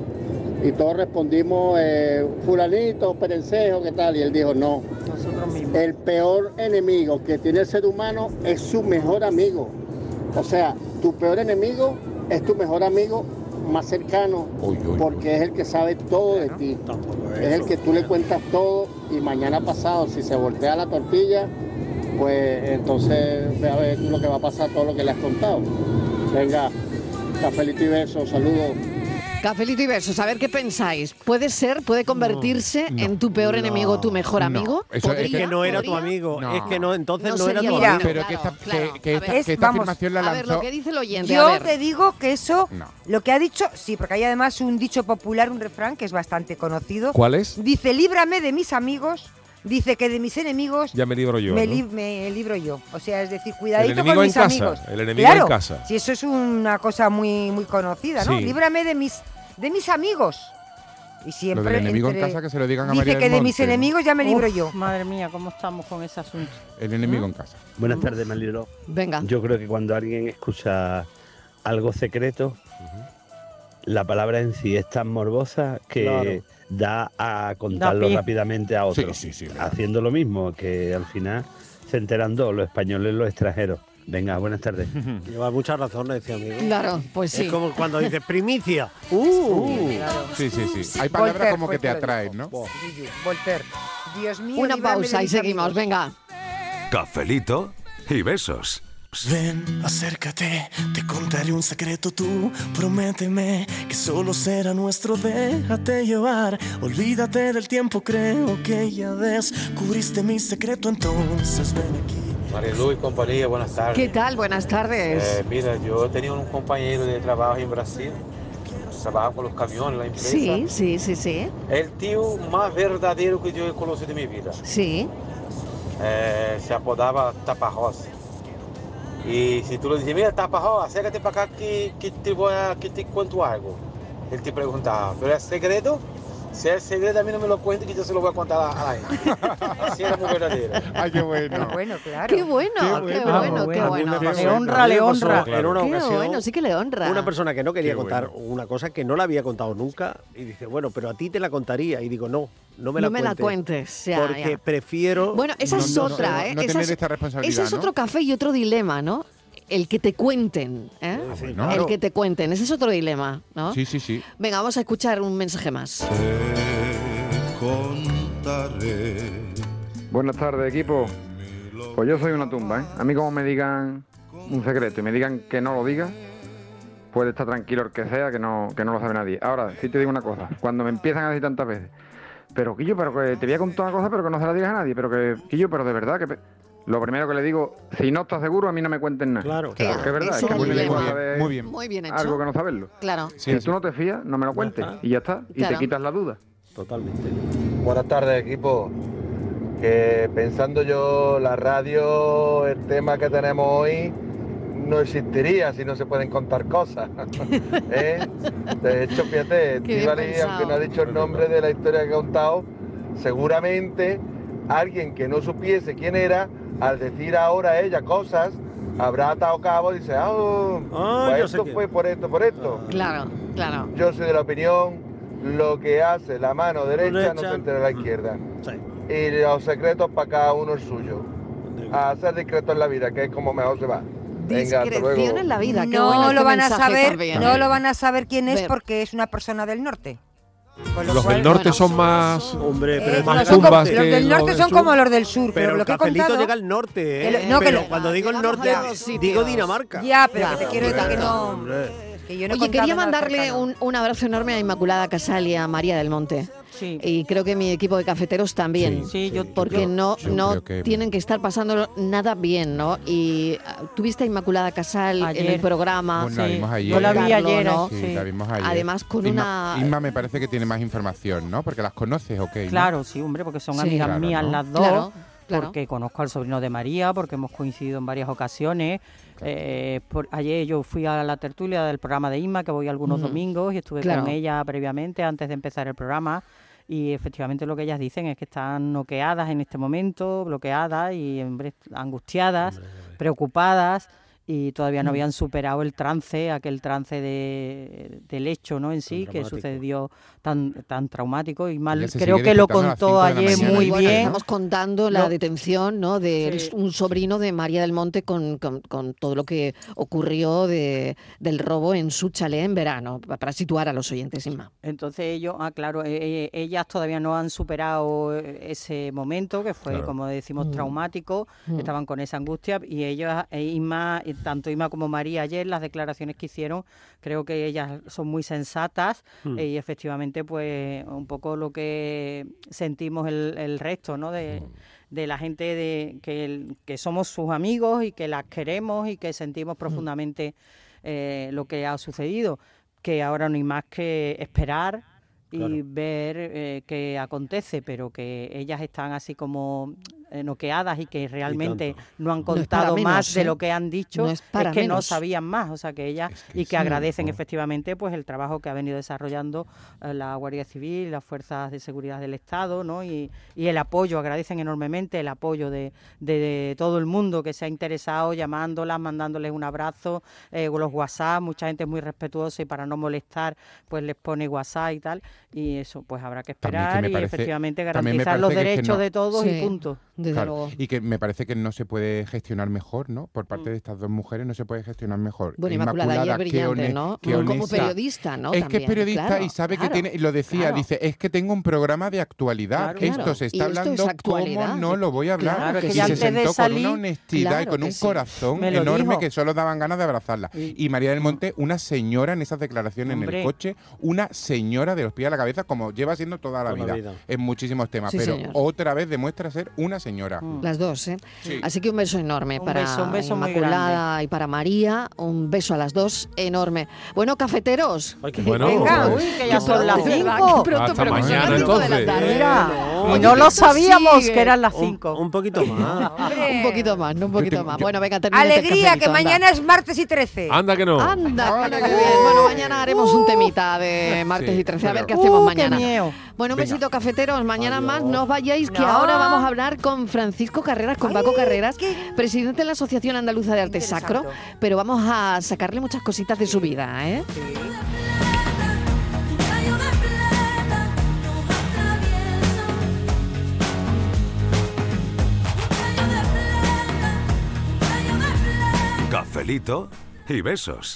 Y todos respondimos, eh, fulanito, perencejo, ¿qué tal? Y él dijo, no, el peor enemigo que tiene el ser humano es su mejor amigo. O sea, tu peor enemigo es tu mejor amigo más cercano, porque es el que sabe todo de ti. Es el que tú le cuentas todo y mañana pasado, si se voltea la tortilla, pues entonces ve a ver lo que va a pasar, todo lo que le has contado. Venga, cafelito y besos, saludos.
Cafelito y versos, a ver qué pensáis. ¿Puede ser, puede convertirse en tu peor enemigo, tu mejor amigo?
Eso
es
¿Podría?
que no era tu
¿Podría?
amigo, es que no, entonces
No
no, era
sería
tu
Mira,
amigo.
pero que esta- claro,
que- que claro. esta- que esta afirmación la
a ver,
lanzó-
lo que
dice el oyente,
Yo
a ver.
te digo que eso, lo que ha dicho, sí, porque hay además un dicho popular, un refrán que es bastante conocido.
¿Cuál es?
Dice, líbrame de mis amigos, dice que de mis enemigos
Ya me libro yo.
me,
¿no?
li- me libro yo. O sea, es decir, cuidadito
enemigo
con
en
mis
casa,
amigos.
el enemigo
Claro,
en casa.
Si eso es una cosa muy, muy conocida, ¿no?
Sí.
Líbrame de mis, de mis amigos. Y siempre.
Lo del enemigo en
entre-
casa que se lo digan a
Dice
María
que
del
de mis
Monte.
enemigos ya me libro yo.
Madre mía, ¿cómo estamos con ese asunto?
El enemigo en casa.
Buenas tardes, Meliro.
Venga.
Yo creo que cuando alguien escucha algo secreto, la palabra en sí es tan morbosa que da a contarlo
Da pie.
rápidamente a otro.
Sí, sí, sí,
haciendo lo mismo, que al final se enteran dos, los españoles y los extranjeros. Venga, buenas tardes.
Lleva muchas razones ese amigo.
Claro, pues sí.
Es como cuando dices primicia. Uh,
Sí, sí, sí. Hay palabras
Voltaire
como
fue
que te
el que lo
atraen, ¿no?
Yuyu, Voltaire. Dios mío.
Una
líbrame de
pausa y
mis
seguimos, venga.
Cafelito y besos.
Ven, acércate, te contaré un secreto tú. Prométeme que solo será nuestro, déjate llevar. Olvídate del tiempo, creo que ya descubriste mi secreto, entonces ven aquí.
Marilu y compañía, buenas tardes.
¿Qué tal? Buenas tardes.
Eh, mira, yo tenía un compañero de trabajo en Brasil, trabajaba con los camiones, la empresa.
Sí, sí, sí, sí.
El tío más verdadero que yo he conocido en mi vida.
Sí.
Eh, se apodaba Taparrosa. Y si tú le dices, mira, Taparrosa, acércate para acá que, que te voy a, que te cuento algo. Él te preguntaba, ¿pero es secreto? Si es secreto, a mí no me lo cuentes que yo se lo voy a contar a, a la gente. Así era muy verdadero.
Ay, qué bueno.
bueno, claro.
Qué bueno, qué
bueno.
bueno, qué
Ah,
bueno.
bueno, Le honra, le honra. Claro. En una
Qué
ocasión,
bueno, sí que le honra.
Una persona que no quería
Qué
contar una cosa que no la había contado nunca y dice, bueno, pero a ti te la contaría. Y digo, no, no me la
no me la cuentes. ya,
porque
ya.
prefiero...
Bueno, esa es otra, ¿eh? Esa es- Ese es otro café y otro dilema, ¿no? El que te cuenten, ¿eh?
bueno.
El que te cuenten, ese es otro dilema, ¿no?
Sí, sí, sí.
Venga, vamos a escuchar un mensaje más.
Buenas tardes, equipo. Pues yo soy una tumba, ¿eh? A mí como me digan un secreto y me digan que no lo diga, puede estar tranquilo el que sea, que no, que no lo sabe nadie. Ahora, sí te digo una cosa, cuando me empiezan a decir tantas veces, pero Quillo, pero que te voy a contar una cosa, pero que no se la digas a nadie, pero que Quillo, pero de verdad que... pe-". Lo primero que le digo, si no estás seguro, a mí no me cuenten nada. Claro, Porque es verdad,
Ese
es que
es
muy
el
bien,
dilema.
muy bien.
Muy bien hecho.
Algo que no saberlo.
Claro. Ah.
si tú no te fías, no me lo cuentes. Y ya está. Y
Claro.
te quitas la duda.
Totalmente.
Buenas tardes, equipo. Que pensando yo, la radio, el tema que tenemos hoy, no existiría si no se pueden contar cosas. ¿Eh? De hecho, fíjate,
bien
Estíbaliz,
pensado.
aunque no ha dicho el nombre de la historia que ha contado, seguramente alguien que no supiese quién era, al decir ahora ella cosas, habrá atado cabo y dice, ah, oh,
Ah,
pues
yo sé
esto
quién. Ah.
fue por esto, por esto.
Claro, claro.
Yo soy de la opinión, lo que hace la mano derecha, no
Derecha.
se entera la izquierda. Y los secretos para cada uno el suyo. A ser discreto en la vida, que es como mejor se va. Venga, hasta luego.
en la vida, qué
No
bueno
lo
este
van a
mensaje
saber,
también.
¿eh?
no lo van a saber quién es
Ver.
porque es una persona del norte. Con lo
Los
cual,
del norte
bueno,
son más.
Hombre,
eh, no,
más
son como-
tumbas
los
que
del norte
los
son
sur.
como los del sur, pero,
Pero
lo que he
Cafelito
contado
llega al norte,
que
¿eh?
lo- no, que
pero
lo-
cuando digo el
llegamos
norte,
a los
digo
sitios.
Dinamarca.
Ya, pero que te quiero decir que no.
Hombre.
que yo no he
Oye,
contado
quería
nada
mandarle
cercano.
un, un abrazo enorme a Inmaculada Casal y a María del Monte. Y creo que mi equipo de cafeteros también.
Sí, sí, yo-
porque
yo-
no,
yo
no
creo que-
tienen que estar pasando nada bien, ¿no? Y ah, tuviste a Inmaculada Casal en el
Ayer.
programa.
Bueno, la vimos ayer.
Con Carlo, ¿no?
Sí, la vimos ayer.
Además, con
Inma-
una.
Inma me parece que tiene más información, ¿no? Porque las conoces, ¿ok? ¿no?
Claro, sí, hombre, porque son
Sí.
amigas
Claro,
mías
¿no?
las dos.
Claro, claro.
Porque conozco al sobrino de María, porque hemos coincidido en varias ocasiones. Eh, por- ayer yo fui a la tertulia del programa de Inma, que voy
Mm.
algunos
Ujú.
domingos, y estuve
Claro.
con ella previamente, antes de empezar el programa. Y efectivamente lo que ellas dicen es que están noqueadas en este momento, bloqueadas y hombre, angustiadas, preocupadas y todavía no
Mm.
habían superado el trance, aquel trance de, del hecho ¿no? en sí, que
dramático.
sucedió tan, tan traumático y mal
Ella se
creo
sigue
que lo
despertando a
contó
las cinco de la
ayer
mañana,
muy
¿no? Bueno,
bien.
Estamos contando la
No.
detención ¿no? de el-
Sí.
un sobrino de María del Monte con, con- con todo lo que ocurrió de, del robo en su chalet en verano, pa- para situar a los oyentes, Inma.
Entonces ellos, ah, claro, eh, eh, ellas todavía no han superado eh, ese momento que fue,
Claro.
como decimos,
Mm.
traumático.
Mm.
Estaban con esa angustia y ellas, e Inma, eh, tanto Ima como María ayer, las declaraciones que hicieron, creo que ellas son muy sensatas
Mm.
Hmm.
eh, y efectivamente, pues un poco lo que sentimos el, el resto, ¿no? De,
Mm.
de la gente de, que, el- que somos sus amigos y que las queremos y que
Mm.
sentimos profundamente eh, lo que ha sucedido, que ahora no hay más que esperar y
Claro.
ver eh, qué acontece, pero que ellas están así como eh, noqueadas y que realmente no han
No es para
contado
menos,
más de
¿eh?
lo que han dicho,
No es
es,
para
que no
menos.
sabían más, o sea que ellas y que
sí.
agradecen efectivamente pues el trabajo que ha venido desarrollando eh, la Guardia Civil, las fuerzas de seguridad del Estado, ¿no? Y, y el apoyo, agradecen enormemente el apoyo de, de- de todo el mundo que se ha interesado llamándolas, mandándoles un abrazo, eh, los WhatsApp, mucha gente muy respetuosa y para no molestar, pues les pone WhatsApp y tal, y eso pues habrá que
También que
esperar
me
y
parece-
efectivamente
también me
garantizar los
parece que es que
derechos
no-
de todos y punto.
Claro, Y que me parece que no se puede gestionar mejor, ¿no? Por parte de estas dos mujeres no se puede gestionar mejor.
Bueno, Inmaculada ayer
qué
brillante,
hone-
¿no?
qué
Como
honesta.
periodista, ¿no?
Es que es
También,
periodista
claro,
y sabe
claro,
que tiene, y lo decía,
claro.
dice, es que tengo un programa de actualidad,
Claro,
esto
claro.
se
Y
está
esto es
hablando,
actualidad.
¿cómo no lo voy a hablar?
Claro, es que
y
ya
se
antes de
sentó con
salir-
una honestidad y
claro
con
que
un
sí.
corazón
Me lo
enorme
dijo. Mm.
que solo daban ganas de abrazarla. Y María del Monte, una señora en esas declaraciones en
Hombre.
el coche, una señora de los pies a la cabeza, como lleva siendo toda la,
Toda la
vida,
vida.
en muchísimos temas,
Sí,
pero
señor.
otra vez demuestra ser una señora.
Las dos, ¿eh?
Sí.
Así que un beso enorme
Un
para
beso, un beso muy
Inmaculada y para María. Un beso a las dos enorme. Bueno, cafeteros.
Ay, qué
Bueno, Venga, pues, uy, que ya son
pronto,
las
¿verdad?
cinco.
Qué pronto,
Hasta
pero que son
mañana,
las cinco de la
entonces.
tarde.
Mira,
Oye,
y no lo
esto
sabíamos
sigue.
que eran las cinco.
Un poquito más.
Un poquito más, no un poquito más. Bueno, venga, termina este
Alegría, que
cafelito, anda.
mañana es martes y 13.
Anda que no.
Ah, Anda, mira qué bien. Bueno, mañana haremos un temita de martes
Sí,
y 13. A ver
claro.
qué hacemos
Uh, qué
mañana.
miedo.
Bueno, un
Venga.
besito, cafeteros. Mañana más no os vayáis, que
No.
ahora vamos a hablar con Francisco Carreras, con Paco Carreras, presidente de la Asociación Andaluza de Arte Sacro. Pero vamos a sacarle muchas cositas de su vida, ¿eh?
Cafelito y besos.